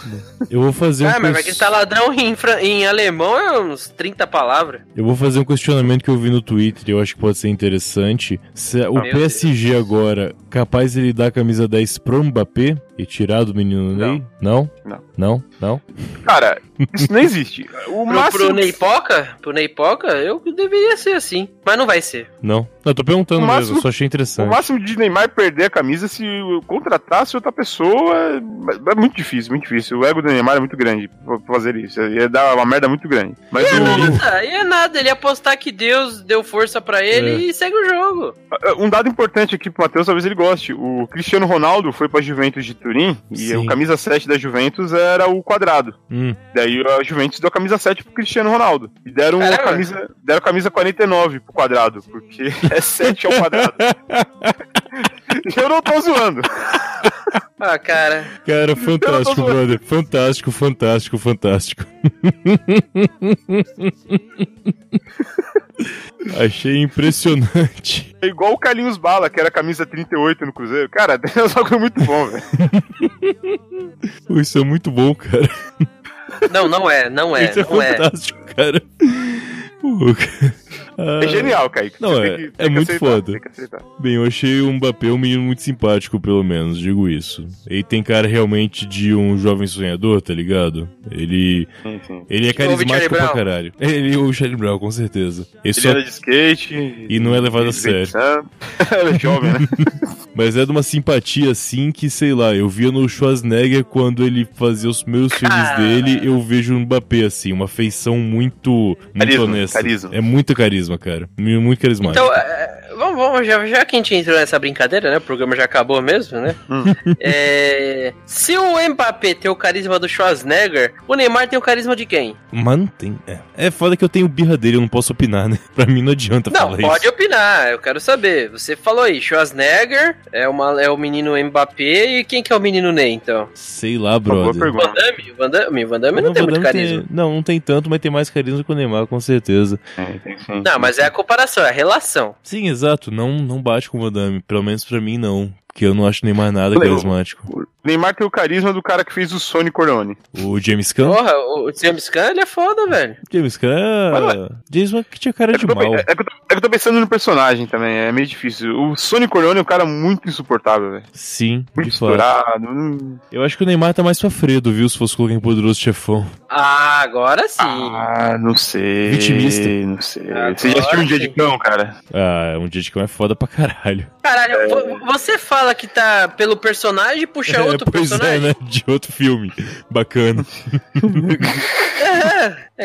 S3: Eu vou fazer um.
S2: Ah, mas vai
S3: ques-
S2: gritar ladrão em, fran- em alemão é uns 30 palavras.
S3: Eu vou fazer um questionamento que eu vi no Twitter que eu acho que pode ser interessante. Se o
S2: Meu
S3: PSG agora, capaz ele dar a camisa 10 pro Mbappé e tirar do menino
S1: Não.
S3: Ney? Não?
S1: Não.
S3: Não? Não?
S1: Cara, isso não existe. O
S2: Pro,
S1: máximo,
S2: pro Neipoca, pro Neipoca, eu deveria ser assim. Mas não vai ser.
S3: Não? Eu tô perguntando
S1: O
S3: mesmo,
S1: máximo-
S3: eu só achei
S1: o
S3: interessante.
S1: máximo de Neymar perder a camisa se eu contratasse outra pessoa é é muito difícil, muito difícil. O ego do Neymar é muito grande pra fazer isso. Ia dar uma merda muito grande. Mas
S2: E é
S1: o-
S2: nada, e é nada. Ele apostar que Deus deu força pra ele
S3: É.
S2: e segue o jogo.
S1: Um dado importante aqui pro Matheus, talvez ele goste. O Cristiano Ronaldo foi pra Juventus de Turim e
S3: Sim.
S1: o camisa 7 da Juventus era o quadrado.
S3: Hum.
S1: Daí a Juventus deu a camisa 7 pro Cristiano Ronaldo. E deram a
S2: Caramba.
S1: camisa, deram a camisa 49 pro quadrado, porque é 7 ao quadrado. E Eu não tô zoando.
S2: Ah, cara.
S3: Cara, fantástico,
S1: zoando.
S3: brother. Fantástico, fantástico, fantástico. achei impressionante.
S1: É igual o Carlinhos Bala, que era camisa 38 no Cruzeiro. Cara, é um jogo muito bom, velho.
S3: Pô, Isso é muito bom, cara.
S2: Não, não é, não é,
S3: Isso é
S2: não é.
S3: fantástico, cara. Pô, cara.
S1: É
S3: Ah,
S1: genial, Kaique.
S3: Não,
S1: Você
S3: é- é muito foda.
S1: Tem que aceitar.
S3: Bem, eu achei o Mbappé um menino muito simpático, pelo menos, digo isso. Ele tem cara realmente de um jovem sonhador, tá ligado? Ele,
S1: Sim, sim.
S3: ele é
S2: Charlie
S3: carismático pra
S2: Brown.
S3: caralho. Ele é o Charlie Brown, com certeza. Ele
S1: Ele
S3: só
S1: anda de skate.
S3: E não é levado a
S1: de skate
S3: sério.
S1: santo. Ele é jovem, né?
S3: Mas é de uma simpatia assim que, sei lá, eu via no Schwarzenegger quando ele fazia os primeiros
S2: Cara.
S3: filmes dele, eu vejo um Mbappé assim, uma feição muito, muito
S1: Carisma,
S3: honesta.
S1: carisma.
S3: É muito carisma, cara. Mu- Muito carismático.
S2: Então, é, vamos, vamos já, já que a gente entrou nessa brincadeira, né? O programa já acabou mesmo, né? É, se o Mbappé tem o carisma do Schwarzenegger, o Neymar tem o carisma de quem?
S3: Mas não tem. É. é foda que eu tenho birra dele, eu não posso opinar, né? Pra mim não adianta
S2: Não,
S3: falar
S2: pode
S3: isso.
S2: opinar, eu quero saber. Você falou aí, Schwarzenegger é, uma, é o menino Mbappé e quem que é o menino Ney, então?
S3: Sei lá,
S1: Boa
S3: brother.
S2: Van
S1: pergunta.
S2: Damme? Van Damme, Van Damme não,
S3: Não,
S2: tem
S3: vou
S2: muito
S3: dar- não
S2: carisma.
S3: Não, não tem tanto, mas tem mais carisma que o Neymar, com certeza.
S2: Não, mas é a comparação, é a relação.
S3: Sim, exato. Não, não bate com o Madame. Pelo menos pra mim, não. Porque eu não acho o Neymar nada
S1: Valeu.
S3: carismático.
S1: Neymar tem o carisma do cara que fez o Sony Corleone.
S3: O James Caan?
S2: Porra, o James Caan, ele é foda, velho.
S1: Mas
S3: James Caan. James Caan que tinha cara
S1: É
S3: de
S1: que, eu tô,
S3: mal.
S1: é, que eu tô- é que eu tô pensando no personagem também, é meio difícil. O Sony Corleone é um cara muito insuportável, velho.
S3: Sim,
S1: Muito
S3: de fato.
S1: estourado. hum.
S3: Eu acho que o Neymar tá mais sofrido, viu? Se fosse colocar em poderoso chefão.
S2: Ah, agora sim.
S1: Ah, não sei.
S3: Vitimista.
S1: Não sei.
S2: Agora
S1: Você já assistiu um dia
S2: sim.
S1: de cão, cara?
S3: Ah, um dia de cão é foda pra caralho.
S2: Caralho,
S1: é.
S2: vo- você fala que tá pelo personagem e puxa outro
S3: é, pois
S2: personagem?
S3: é, né? De outro filme. Bacana.
S2: é.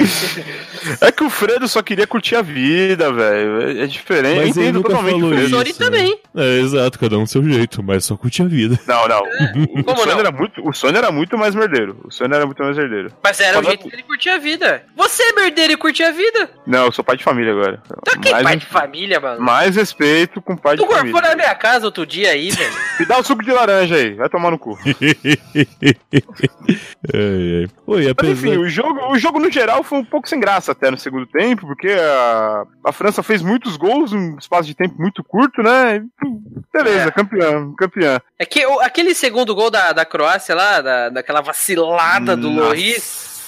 S1: É que o Fredo só queria curtir a vida, velho. É é diferente.
S3: Mas
S1: eu
S3: ele
S1: entendo
S3: nunca
S1: totalmente o
S3: falou
S1: Fredo.
S2: O Sony
S3: Isso,
S2: também.
S3: É, exato, cada um do seu jeito, mas só curte a vida.
S1: Não, não. O,
S2: É, Como
S1: o, Sony
S2: não?
S1: Era muito, o Sony era muito mais merdeiro. O Sony era muito mais merdeiro.
S2: Mas era o
S1: Mas-
S2: jeito que ele curtia a vida. Você é merdeiro e curtia a vida?
S1: Não, eu sou pai de família agora.
S2: Tá que
S1: Mais- um
S2: pai de família, mano.
S1: Mais respeito com o pai
S2: Tu
S1: de
S2: gorfou na
S1: família.
S2: minha casa outro dia aí, velho.
S1: Me dá o suco de laranja aí, vai tomar no cu.
S3: É, é. Oi,
S1: Mas enfim,
S3: apesar...
S1: o jogo, o jogo no geral foi um pouco sem graça até no segundo tempo, porque a, a França fez muitos gols num espaço de tempo muito curto, né? E, Beleza, campeã, campeã.
S2: É que o- aquele segundo gol da, da Croácia lá, da, daquela vacilada do
S1: Nossa.
S2: Loris.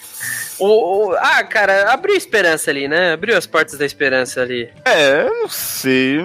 S2: O, o- ah, cara, abriu esperança ali, né? Abriu as portas da esperança ali.
S1: É, eu não sei.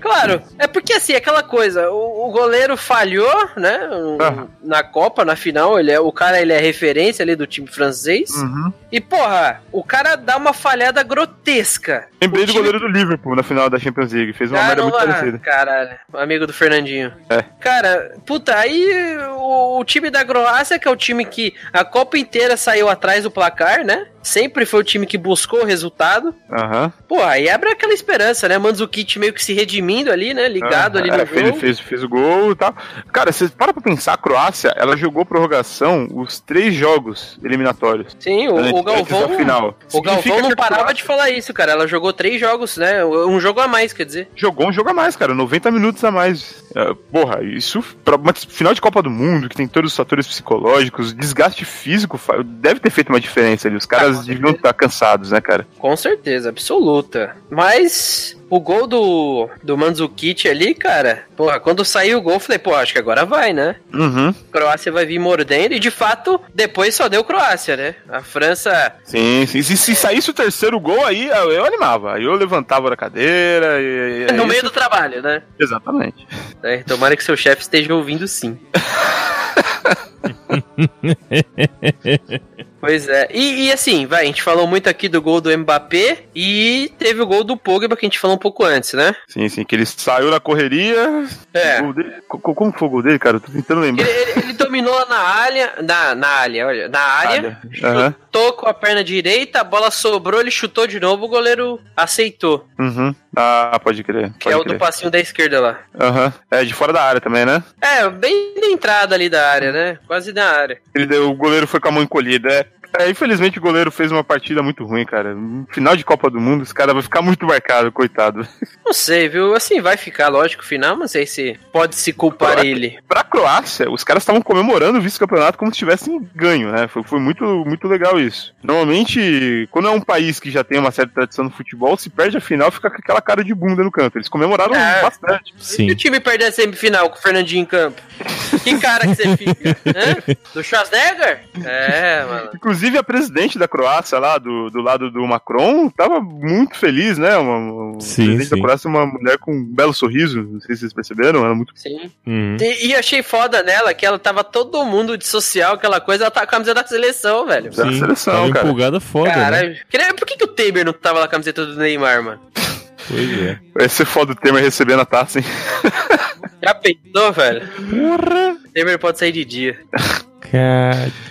S2: Claro, é porque assim, aquela coisa, o, o goleiro falhou, né? Um-
S1: Aham.
S2: Na Copa, na final, ele é, o cara ele é referência ali do time francês.
S1: Uhum.
S2: E, porra, o cara dá uma falhada grotesca.
S1: Lembrei
S2: O
S1: do
S2: time-
S1: goleiro do Liverpool na final da Champions League, fez uma merda muito
S2: Caramba,
S1: parecida.
S2: Caralho, amigo do Fernandinho.
S1: É.
S2: Cara, puta, aí o, o time da Croácia, que é o time que a Copa inteira saiu atrás do placar, né? Sempre foi o time que buscou o resultado.
S1: Aham.
S2: Pô, aí abre aquela esperança, né? Mandzukic meio que se redimindo ali, né? Ligado ali
S1: É,
S2: no
S1: fez,
S2: jogo.
S1: Fez, fez o gol e tal. Cara, você para pra pensar, a Croácia, ela jogou prorrogação os três jogos eliminatórios.
S2: Sim, o,
S1: antes-
S2: o Galvão.
S1: antes da final.
S2: O Galvão
S1: Significa
S2: não
S1: que a
S2: parava
S1: Croácia-
S2: de falar isso, cara. Ela jogou três jogos, né? Um jogo a mais, quer dizer.
S1: jogou um jogo a mais, cara, 90 minutos a mais. É, porra, isso pra uma final de Copa do Mundo, que tem todos os fatores psicológicos, desgaste físico, fa- deve ter feito uma diferença ali. Os caras
S2: Ah,
S1: caras deviam estar cansados, né, cara?
S2: Com certeza, absoluta. Mas o gol do, do Mandzukic ali, cara, porra, quando saiu o gol, eu falei, pô, acho que agora vai, né?
S1: Uhum.
S2: Croácia vai vir mordendo e de fato depois só deu Croácia, né? A França
S1: Sim, sim. Se, se saísse o terceiro gol aí, eu animava. Aí eu levantava da cadeira e. e-
S2: É, no
S1: e-
S2: meio do trabalho, né?
S1: Exatamente.
S2: É, tomara que seu chefe esteja ouvindo sim. Pois é. E, e assim, vai, a gente falou muito aqui do gol do Mbappé e teve o gol do Pogba que a gente falou um pouco antes, né?
S1: Sim, sim. Que ele saiu da correria.
S2: É.
S1: O gol dele- co- co- como que foi o gol dele, cara? Eu tô tentando lembrar.
S2: Ele, ele- ele dominou na área, na, na área, olha, na área,
S1: Aham.
S2: chutou com a perna direita, a bola sobrou, ele chutou de novo, o goleiro aceitou,
S1: Uhum. Ah, pode crer.
S2: que
S1: pode
S2: é o do
S1: crer.
S2: passinho da esquerda lá.
S1: Aham. É, de fora da área também, né?
S2: É, bem na entrada ali da área, né? Quase na área.
S1: Ele deu- o goleiro foi com a mão encolhida. É. É, infelizmente o goleiro fez uma partida muito ruim, cara. No Final de Copa do Mundo, esse cara vai ficar muito marcado, coitado.
S2: Não sei, viu? Assim, vai ficar, lógico, o final, mas aí se pode se culpar ele.
S1: Pra Croácia, os caras estavam comemorando o vice-campeonato como se tivessem ganho, né? Foi, foi muito, muito legal isso. Normalmente, quando é um país que já tem uma certa tradição no futebol, se perde a final, fica com aquela cara de bunda no canto. Eles comemoraram
S2: É.
S1: bastante.
S3: Sim.
S2: E o time perder a semifinal com o Fernandinho em campo? Que cara que você fica, né? Do Schwarzenegger? É, mano.
S1: Inclusive, a presidente da Croácia, lá do, do lado do Macron, tava muito feliz, né? Uma, uma-
S3: Sim,
S1: a presidente
S3: sim.
S1: da Croácia é uma mulher com um belo sorriso, não sei se vocês perceberam, ela é muito.
S2: Sim.
S3: Uhum.
S2: E, e achei foda nela que ela tava todo mundo de social, aquela coisa, ela tá com a camiseta da seleção, velho.
S1: Da
S3: Sim,
S1: seleção,
S3: tava
S1: cara.
S3: empolgada foda, né?
S2: Caralho. Que nem- Por que, que o Temer não tava na camiseta do Neymar, mano?
S3: Pois é.
S1: Vai ser foda o Temer recebendo a taça, hein?
S2: Já pensou, velho? O Temer pode sair de dia.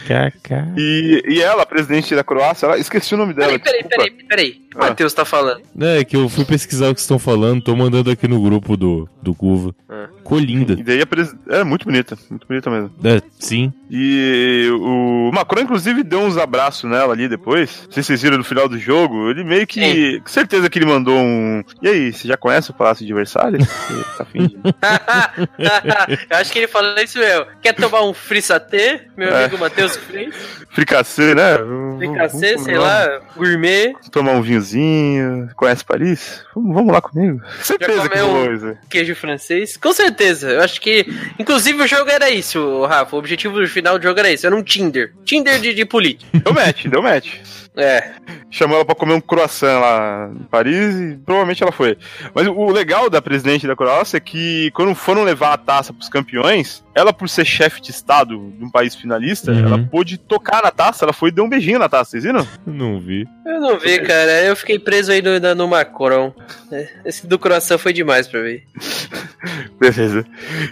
S3: Caraca.
S1: E, e ela, a presidente da Croácia, ela esqueci o nome dela.
S2: Peraí, peraí,
S1: desculpa.
S2: peraí, peraí. O que o
S1: Ah.
S2: Matheus tá falando?
S3: É, que eu fui pesquisar o que estão falando, tô mandando aqui no grupo do, do Guva.
S2: Ah.
S3: Colinda.
S1: E daí a pres... É muito bonita, muito bonita mesmo.
S3: É, sim.
S1: E o Macron, inclusive, deu uns abraços nela ali depois. Não sei se vocês viram no final do jogo. Ele meio que. Com certeza que ele mandou um. E aí, você já conhece o Palácio de Versalhes? Você tá afim de-
S2: Eu acho que ele falou isso mesmo. Quer tomar um frissatê, meu
S1: É.
S2: amigo Matheus Freitas?
S1: Fricassê, né? Vamos-
S2: Fricassê,
S1: vamos
S2: sei
S1: lá.
S2: lá, gourmet,
S1: Tomar um vinhozinho. Conhece Paris? Vamos, vamos lá comigo. Certeza que
S2: comeu- um.
S1: rolou isso.
S2: queijo francês. Com certeza, eu acho que... Inclusive o jogo era isso, Rafa. O objetivo do final do jogo era isso. Era um Tinder. Tinder de, de político.
S1: Deu match, deu match.
S2: É.
S1: chamou ela pra comer um croissant lá em Paris e provavelmente ela foi. Mas o legal da presidente da Croácia é que quando foram levar a taça pros campeões, ela por ser chefe de estado de um país finalista,
S3: Uhum.
S1: ela pôde tocar na taça, ela foi e deu um beijinho na taça, vocês viram?
S3: Não vi.
S2: Eu não vi, cara. Eu fiquei preso aí no, na- no Macron. É, Esse do coração foi demais pra mim.
S1: Beleza.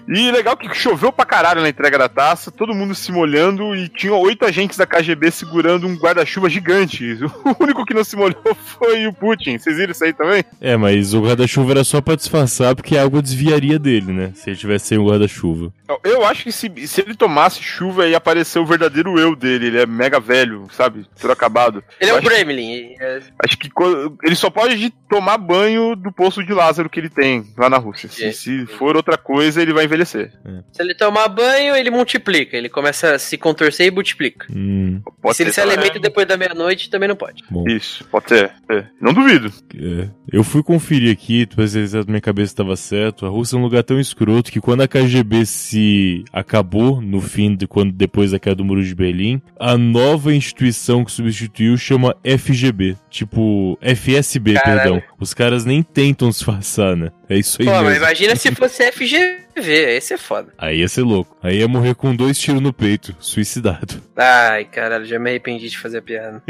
S1: E legal que choveu pra caralho na entrega da taça, todo mundo se molhando e tinha oito agentes da KGB segurando um guarda-chuva gigante. O único que não se molhou foi o Putin. Vocês viram isso aí também?
S3: É, mas o guarda-chuva era só pra disfarçar, porque a água desviaria dele, né? Se ele tivesse sem o guarda-chuva.
S1: Eu- Eu acho que se, se ele tomasse chuva e aparecer o verdadeiro eu dele, ele é mega velho, sabe? Tudo acabado.
S2: Ele é um
S1: Acho-
S2: Gremlin. é,
S1: Acho que co- ele só pode tomar banho do poço de Lázaro que ele tem lá na Rússia. Se,
S2: É.
S1: se for outra coisa, ele vai envelhecer.
S2: Se ele tomar banho, ele multiplica. Ele começa a se contorcer e multiplica.
S3: Hum,
S1: Pode
S2: se ele se
S1: também.
S2: alimenta depois da meia-noite, também não pode.
S3: bom.
S1: Isso, pode ser. É. Não duvido.
S3: É, eu fui conferir aqui, pra ver se minha cabeça estava certo. A Rússia é um lugar tão escroto que quando a KGB se acabou, no fim de quando depois da queda do Muro de Berlim, a nova instituição que substituiu chama FGB, tipo FSB,
S2: Caralho.
S3: perdão. Os caras nem tentam disfarçar, né? É isso aí
S2: Pô, mas
S3: mesmo.
S2: imagina se fosse FGV. Esse é foda.
S3: Aí ia ser louco. Aí ia morrer com dois tiros no peito, suicidado.
S2: Ai, caralho, já me arrependi de fazer a piada.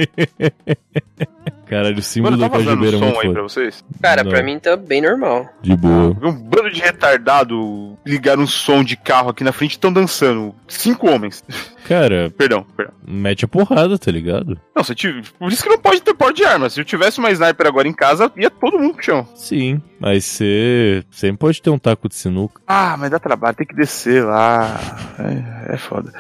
S3: Caralho, o símbolo
S1: Mano, tá
S3: da
S1: vazando
S3: KGB era
S1: som
S3: muito
S1: aí pra
S3: foda.
S1: vocês?
S2: Cara,
S3: Não.
S2: pra mim tá bem normal.
S3: De boa.
S1: Um bando de retardado ligaram um som de carro aqui na frente e estão dançando. Cinco homens.
S3: Cara,
S1: Perdão, perdão.
S3: mete a porrada, tá ligado?
S1: Não, se eu tive... Por isso que não pode ter porte de arma. Se eu tivesse uma sniper agora em casa, ia todo mundo pro chão.
S3: Sim, mas você sempre pode ter um taco de sinuca.
S1: Ah, mas dá trabalho, tem que descer lá. É, é foda.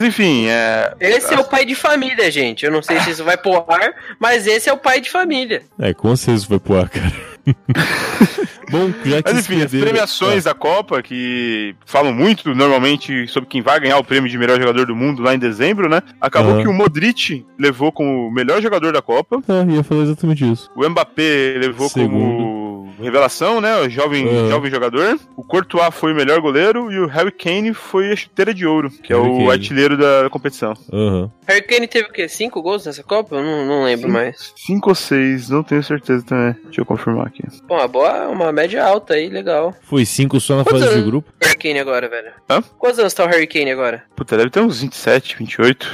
S1: Enfim, é.
S2: Esse é o pai de família, gente. Eu não sei se isso vai pro ar, mas esse é o pai de família.
S3: É, com certeza foi pro ar, cara. Bom, já que é.
S1: Mas
S3: vocês
S1: enfim, as
S3: perderam-
S1: premiações da Copa, que falam muito normalmente sobre quem vai ganhar o prêmio de melhor jogador do mundo lá em dezembro, né? Acabou
S3: Aham.
S1: que o Modric levou como melhor jogador da Copa,
S3: Ah, ia falar exatamente isso.
S1: o Mbappé levou como revelação, né? O jovem,
S3: Aham.
S1: jovem jogador, o Courtois foi o melhor goleiro e o Harry Kane foi a chuteira de ouro, que é
S3: Harry
S1: o
S3: Kane.
S1: artilheiro da competição.
S3: Aham.
S2: Harry Kane teve o quê? Cinco gols nessa Copa? Eu não, não lembro mais.
S1: Cinco ou seis, não tenho certeza também. Deixa eu confirmar aqui.
S2: Bom, uma boa, é uma média alta aí, legal.
S3: Foi cinco só na
S2: Quantos
S3: fase de
S2: anos?
S3: grupo?
S2: Harry Kane agora, velho.
S1: Hã?
S2: Quantos anos tá o Harry Kane agora?
S1: Puta, deve ter uns 27, 28.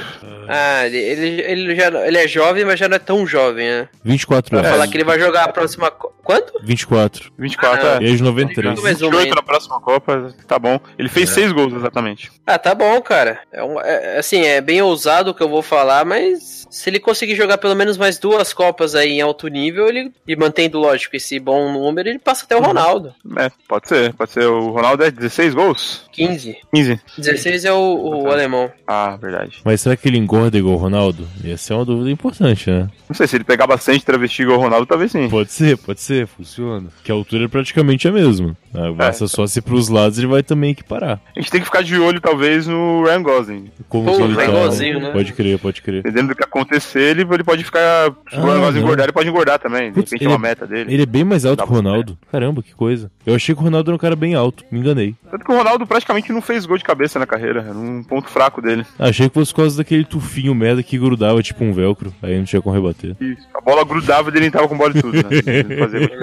S2: Ah, ele, ele, ele já, ele é jovem, mas já não é tão jovem, né?
S3: 24
S1: É.
S3: anos.
S2: Falar que ele vai jogar a próxima. co- Quanto?
S3: 24.
S1: 24,
S2: Ah,
S1: é.
S3: E aí de 93.
S2: Muito mais ou
S1: 28
S2: menos.
S1: na próxima Copa, tá bom. Ele
S3: É.
S1: fez seis gols exatamente.
S2: Ah, tá bom, cara. É um- é- assim, é bem ousado o que eu vou falar, mas se ele conseguir jogar pelo menos mais duas Copas aí em alto nível, ele, e mantendo, lógico, esse bom número, ele passa
S3: Uhum.
S2: até o Ronaldo.
S1: É, pode ser, pode ser. O Ronaldo é 16 gols?
S2: 15.
S1: 15.
S2: 16 é o, o alemão.
S1: Ah, verdade.
S3: Mas será que ele engorda igual o Ronaldo? Essa é uma dúvida importante, né?
S1: Não sei, se ele pegar bastante travesti igual o Ronaldo, talvez sim.
S3: Pode ser, pode ser, funciona. Que a altura é praticamente a mesma. Ah,
S1: É.
S3: Basta só se pros lados ele vai também equiparar.
S1: A gente tem que ficar de olho, talvez, no Ryan Gosling.
S3: Como
S2: Pô,
S3: que ele
S2: tá
S3: tá.
S2: igualzinho, né?
S3: Pode crer, pode crer.
S1: Dependendo do que acontecer, ele, ele pode ficar. Se o
S3: Ah,
S1: Ryan Gosling
S3: não.
S1: engordar, ele pode engordar também. De
S3: Putz,
S1: repente
S3: ele-
S1: é uma meta dele.
S3: Ele é bem mais alto
S1: Dá
S3: que o
S1: pra-
S3: Ronaldo. Caramba, que coisa. Eu achei que o Ronaldo era um cara bem alto. Me enganei.
S1: Tanto que o Ronaldo praticamente não fez gol de cabeça na carreira. Era um ponto fraco dele.
S3: Achei que fosse por causa daquele tufinho merda que grudava tipo um velcro. Aí não tinha como rebater.
S1: Isso. A bola grudava e ele entrava com bola e tudo, né? Ele fazia gol.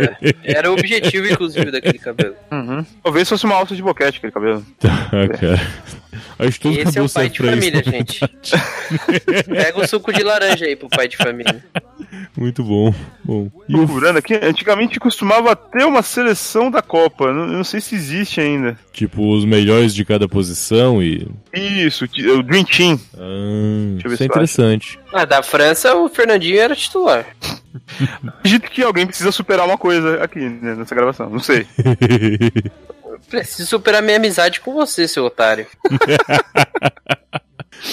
S2: Era o objetivo, inclusive, daquele cabelo.
S1: Uhum. Talvez fosse uma alça de boquete aquele cabelo.
S3: Ah, cara. Acho que todo
S2: Esse é
S3: cabelo
S2: o pai
S3: serve
S2: de
S3: pra isso,
S2: família,
S3: na
S2: gente. Pega o suco de laranja aí pro pai de família.
S3: Muito bom. Bom. E o
S1: Procurando aqui, antigamente costumava ter uma seleção da Copa. Não, eu não sei se existe ainda.
S3: tipo os melhores de cada posição e
S1: Isso, o Dream Team.
S3: ah,
S1: eu ver
S3: isso é
S1: se eu acho.
S3: interessante.
S2: Ah, da França, o Fernandinho era titular.
S1: Acredito que alguém precisa superar uma coisa aqui né, nessa gravação. Não sei.
S2: Preciso superar minha amizade com você, seu otário.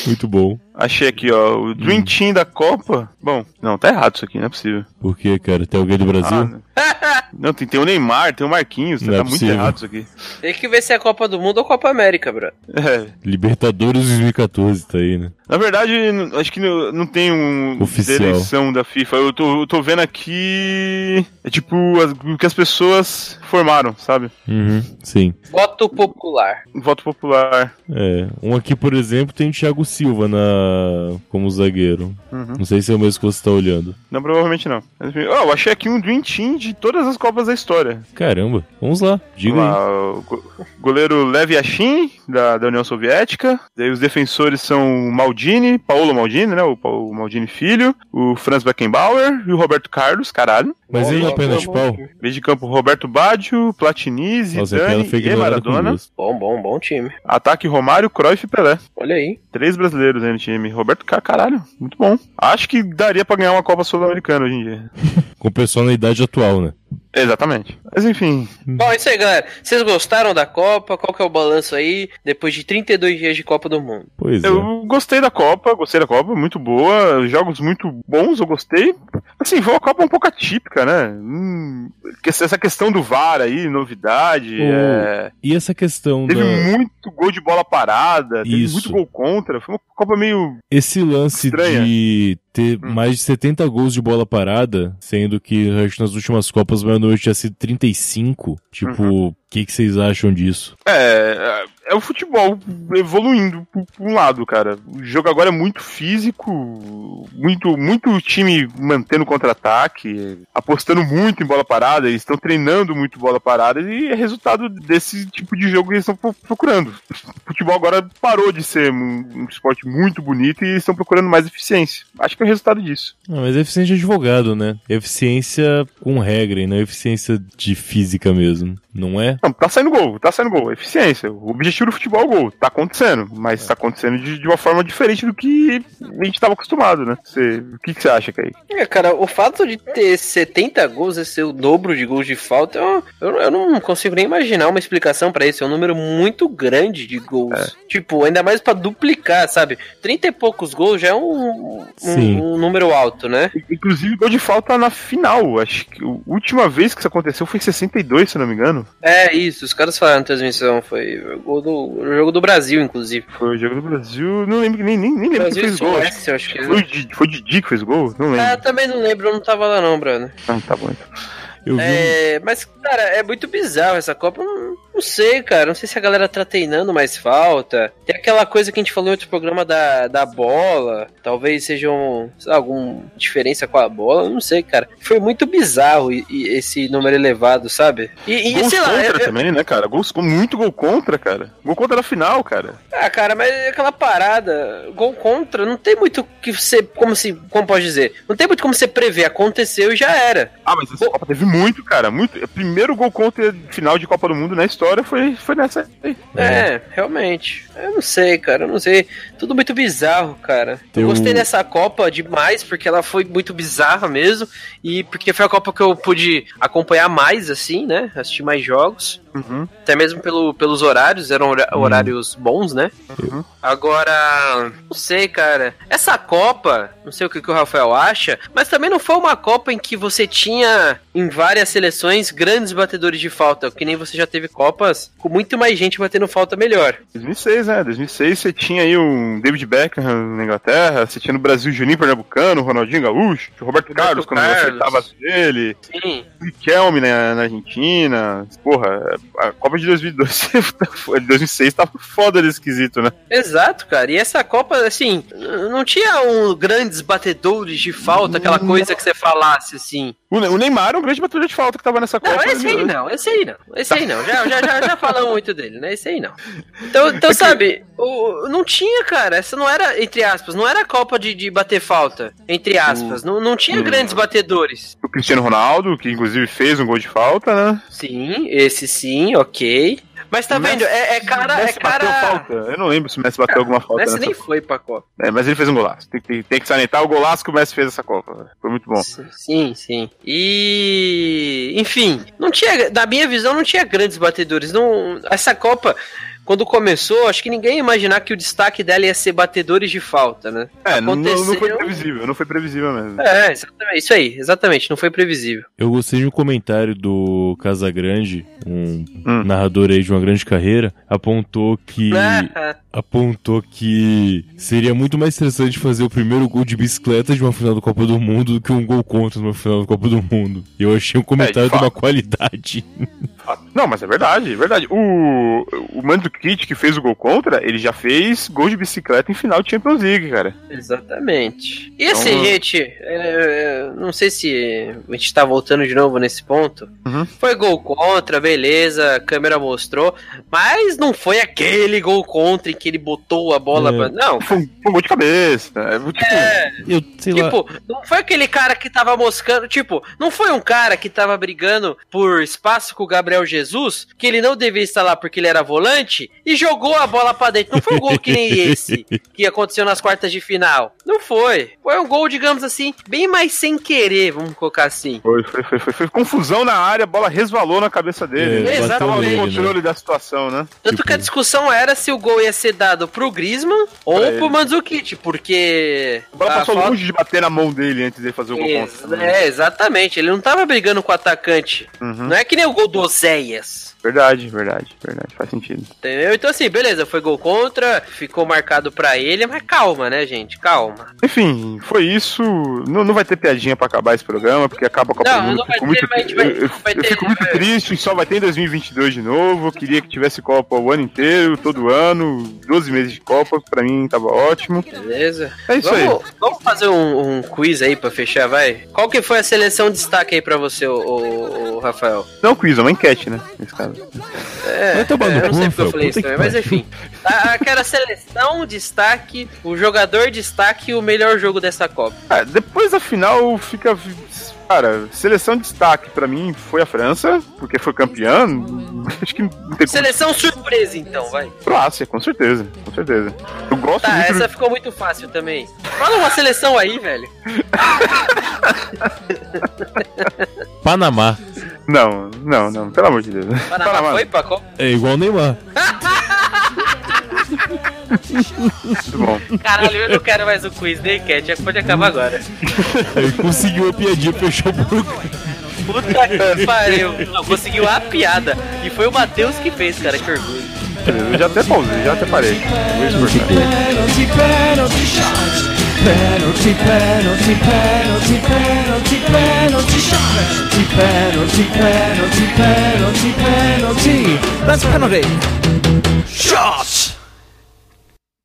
S3: Muito bom.
S1: Achei aqui, ó. O
S3: Hum.
S1: Dream Team da Copa. Bom, não, tá errado isso aqui, não é possível.
S3: Por quê, cara? Tem alguém do
S1: Ah,
S3: Brasil?
S1: não. não, tem, tem o Neymar, tem o Marquinhos.
S3: Não é
S1: tá muito
S3: possível.
S1: errado isso aqui.
S2: Tem que ver se é Copa do Mundo ou Copa América, bro.
S1: É.
S3: Libertadores 2014 tá aí, né?
S1: Na verdade, n- acho que não, não tem um
S3: Oficial.
S1: direção da FIFA. Eu tô, eu tô vendo aqui. É tipo as- o que as pessoas formaram, sabe? Um
S3: Uhum, sim.
S2: Voto popular.
S1: Voto popular.
S3: É. Um aqui, por exemplo, tem Thiago Silva na como zagueiro.
S1: Uhum.
S3: Não sei se é o mesmo que você tá olhando.
S1: Não, provavelmente não. Mas, enfim, ó, eu achei aqui um Dream Team de todas as Copas da história.
S3: Caramba. Vamos lá. Diga
S1: Vamos
S3: aí.
S1: lá, o go- goleiro Lev Yashin, da, da União Soviética. Daí os defensores são o Maldini, Paulo Maldini, né? O, Pa- o Maldini filho, o Franz Beckenbauer e o Roberto Carlos, caralho.
S3: Mas ele
S2: Bom,
S3: na
S2: bom,
S3: pena de
S2: bom,
S3: pau?
S2: bom.
S1: Meio de campo, Roberto Baggio, Platini,
S3: Nossa, a
S1: Zidane
S3: pena foi
S1: e
S3: ignorada com
S1: é Maradona.
S3: gosto.
S2: Bom, bom, bom time.
S1: Ataque Romário, Cruyff e Pelé.
S2: Olha aí.
S1: Três brasileiros aí no time. Roberto Carlos, caralho, muito bom. Acho que daria pra ganhar uma Copa Sul-Americana hoje em dia.
S3: Com o pessoal na idade atual, né?
S1: Exatamente. Mas enfim,
S2: Bom, é isso aí, galera. Vocês gostaram da Copa? Qual que é o balanço aí depois de 32 dias de Copa do Mundo?
S3: Pois é.
S1: Eu gostei da Copa, gostei da Copa, muito boa, jogos muito bons, eu gostei. Assim, foi uma Copa um pouco atípica, né? Hum, que- essa questão do VAR aí, novidade,
S3: O-
S1: é,
S3: E essa questão
S1: teve
S3: da
S1: muito gol de bola parada, teve
S3: Isso.
S1: muito gol contra, foi uma Copa meio...
S3: Esse lance
S1: Estranha.
S3: de ter
S1: Hum.
S3: mais de 70 gols de bola parada, sendo que acho que nas últimas Copas o maior número tinha sido 35. Tipo, o
S1: Uhum.
S3: que, que vocês acham disso?
S1: É, é o futebol evoluindo por por um lado, cara. O jogo agora é muito físico, muito, muito time mantendo contra-ataque, apostando muito em bola parada, eles estão treinando muito bola parada e é resultado desse tipo de jogo que eles estão pro- procurando. O futebol agora parou de ser um, um esporte muito bonito e eles estão procurando mais eficiência. Acho que é resultado disso.
S3: Não, mas é eficiência de advogado, né? Eficiência com regra e não eficiência de física mesmo, não é?
S1: Não, tá saindo gol, tá saindo gol, eficiência. O investiu no futebol gol. Tá acontecendo, mas tá acontecendo de, de uma forma diferente do que a gente tava acostumado, né? Você- o que, que você acha, Kaique?
S2: É, cara, o fato de ter 70 gols e ser o dobro de gols de falta, eu, eu- eu não consigo nem imaginar uma explicação pra isso. É um número muito grande de gols. Tipo, ainda mais pra duplicar, sabe? 30 e poucos gols já é um, um-
S3: Sim.
S2: um número alto, né?
S1: Inclusive, gol de falta na final. Acho que a última vez que isso aconteceu foi em 62, se eu não me engano.
S2: É isso, os caras falaram na transmissão. Foi o gol do- o jogo do Brasil, inclusive.
S1: Foi o jogo do Brasil. Não lembro, nem, nem, nem lembro
S2: Brasil
S1: quem fez
S2: e
S1: gol. Acho que
S2: Suécia, eu acho que.
S1: Foi o, Didi, foi o Didi que fez gol? Não
S2: Ah,
S1: lembro.
S2: também não lembro, eu não tava lá não, brother.
S1: Ah, tá bom. então.
S3: Eu vi um-
S2: É, mas, cara, é muito bizarro essa Copa. Não, não sei, cara. Não sei se a galera tá treinando mais falta. Tem aquela coisa que a gente falou em outro programa da, da bola. Talvez seja um, sei lá, alguma diferença com a bola. eu Não sei, cara. Foi muito bizarro e- e esse número elevado, sabe? E, e,
S1: Gols
S2: sei lá. é,
S1: contra
S2: eu- eu-
S1: também, né, cara? Gols, muito gol contra, cara. Gol contra na final, cara.
S2: ah, cara, mas é aquela parada. Gol contra. Não tem muito que você. Como se. Como pode dizer? Não tem muito como você prever. Aconteceu e já era.
S1: Ah, mas essa
S2: Pô.
S1: Copa teve muito, cara. Muito. O primeiro gol contra final de Copa do Mundo na história foi, foi nessa aí.
S2: É, realmente. Eu não sei, cara, eu não sei. Tudo muito bizarro, cara.
S3: Tem
S2: Eu gostei
S3: um-
S2: dessa Copa demais, porque ela foi muito bizarra mesmo. E porque foi a Copa que eu pude acompanhar mais, assim, né? Assistir mais jogos.
S1: Uhum.
S2: Até mesmo pelo, pelos horários, eram hora-
S3: Hum.
S2: horários bons, né?
S1: Uhum.
S2: Agora, não sei, cara. Essa Copa, não sei o que, que o Rafael acha, mas também não foi uma Copa em que você tinha, em várias seleções, grandes batedores de falta, que nem você já teve Copas com muito mais gente batendo falta melhor.
S1: 2006, né? 2006 você tinha aí um David Beckham na Inglaterra, você tinha no Brasil Juninho Pernambucano, Ronaldinho Gaúcho, Roberto,
S2: Roberto
S1: Carlos, quando
S2: Carlos.
S1: acertava dele,
S2: Sim.
S1: Riquelme na, na Argentina. Porra, a Copa de 2002, tá de 2006 tava foda de esquisito, né?
S2: Exato, cara. E essa Copa, assim, n- não tinha um grandes batedores de falta, aquela coisa que você falasse assim.
S1: O Ne- o Neymar é um grande batedor de falta que tava nessa
S2: Não,
S1: Copa.
S2: esse aí
S1: né?
S2: não, esse aí não, esse aí não. Já, já, já, já falamos muito dele, né? Esse aí não. Então, então sabe, o, não tinha, cara. Essa não era, entre aspas, não era a Copa de, de bater falta, entre aspas. Não, não tinha
S1: Hum.
S2: grandes batedores.
S1: O Cristiano Ronaldo, que inclusive fez um gol de falta, né?
S2: Sim, esse sim, ok. Mas tá
S1: Messi-
S2: vendo? É, é cara. É
S1: Messi bateu
S2: cara.
S1: falta. né? Eu não lembro se o Messi bateu alguma falta
S2: Messi
S1: nessa
S2: nem foi pra Copa.
S1: É, mas ele fez um golaço. Tem, tem- tem que salientar o golaço que o Messi fez essa Copa. velho. Foi muito bom.
S2: Sim, sim. E enfim, não tinha, na minha visão, não tinha grandes batedores. Não, essa Copa, quando começou, acho que ninguém ia imaginar que o destaque dela ia ser batedores de falta, né?
S1: É, não, não- não foi
S2: Aconteceu.
S1: previsível, não foi previsível mesmo.
S2: É, exatamente, isso aí, exatamente, não foi previsível.
S3: Eu gostei de um comentário do Casagrande, um
S1: Hum.
S3: narrador aí de uma grande carreira, apontou que
S1: É.
S2: Ah,
S3: apontou que seria muito mais interessante fazer o primeiro gol de bicicleta de uma final da Copa do Mundo do que um gol contra numa final da Copa do Mundo. E eu achei um comentário de,
S1: É, fato.
S3: uma qualidade.
S1: Não, mas é verdade, é verdade. O, o Mandzukic, que fez o gol contra, ele já fez gol de bicicleta em final de Champions League, cara.
S2: exatamente. E assim,
S1: Então-
S2: gente, é, é, não sei se a gente tá voltando de novo nesse ponto.
S1: Uhum.
S2: Foi gol contra, beleza, a câmera mostrou, mas não foi aquele gol contra em que ele botou a bola.
S3: É.
S2: pra- Não,
S1: Foi um, foi um gol de cabeça. É, tipo,
S3: Eu, sei lá.
S2: Tipo, não foi aquele cara que tava moscando. Tipo, não foi um cara que tava brigando por espaço com o Gabriel Jesus, que ele não devia estar lá porque ele era volante, e jogou a bola pra dentro. Não foi um gol que nem esse, que aconteceu nas quartas de final. Não foi. Foi um gol, digamos assim, bem mais sem querer, vamos colocar assim.
S1: foi, foi, foi, foi- foi confusão na área, a bola resvalou na cabeça dele.
S2: É,
S1: ele
S2: bateu
S1: tava no
S2: nele,
S1: controle da situação, né?
S2: Tanto
S3: Tipo-
S2: que a discussão era se o gol ia ser dado pro Griezmann ou
S1: Pra ele.
S2: pro Mandzukic, porque.
S1: A bola
S2: a
S1: passou
S2: falta-
S1: longe de bater na mão dele antes de fazer o gol contra. né?
S2: É, exatamente. Ele não tava brigando com o atacante.
S1: Uhum.
S2: Não é que nem o gol do Oséias.
S1: Verdade, verdade, verdade. Faz sentido.
S2: Entendeu? Então, assim, beleza, foi gol contra, ficou marcado pra ele, mas calma, né, gente? Calma.
S1: Enfim, foi isso. Não, não vai ter piadinha pra acabar esse programa, porque acaba a Copa
S2: Não,
S1: do Mundo.
S2: não
S1: Eu
S2: vai
S1: fico
S2: ter,
S1: muito,
S2: mas a gente vai-
S1: eu- eu-
S2: vai
S1: eu
S2: ter-
S1: fico muito
S2: é.
S1: triste, só vai ter em 2022 de novo. Eu queria que tivesse Copa o ano inteiro, todo ano, 12 meses de Copa, pra mim tava ótimo.
S2: Beleza?
S1: É isso aí.
S2: vamos, vamos fazer um, um quiz aí pra fechar, vai? Qual que foi a seleção de destaque aí pra você, ô, ô- ô, Rafael?
S1: Não, quiz, é uma enquete, né? Nesse caso.
S2: É,
S3: Vai tomar no
S2: eu não
S3: cu,
S2: sei porque
S3: Rafael,
S2: eu falei isso
S3: puta que
S2: também, mas enfim. Ah, Aquela seleção destaque, o jogador destaque e o melhor jogo dessa Copa.
S1: Ah, depois da final fica. Cara, seleção de destaque pra mim foi a França, porque foi campeã. Acho que não tem como.
S2: Seleção surpresa, então, vai.
S1: Croácia, com certeza, com certeza. Eu gosto
S2: Tá,
S1: muito. do-
S2: essa ficou muito fácil também. Fala uma seleção aí, velho.
S3: Panamá.
S1: Não, não, não, pelo amor de Deus.
S2: Panamá,
S1: Panamá.
S2: foi pra Copa?
S3: É igual o Neymar.
S1: Muito bom.
S2: Caralho, eu não quero mais o quiz, né, Cat? Já pode acabar agora.
S3: Ele conseguiu a piadinha, fechou o programa.
S2: Puta que pariu. Não, conseguiu a piada. E foi o Matheus que fez, cara, que orgulho.
S1: Eu já até pausei, já até parei. Luiz Fernando.
S5: Penalty, penalty shot. Penalty, penalty, penalty, penalty, penalty shot. Penalty, penalty, penalty, penalty, penalty. That's penalty. Shot.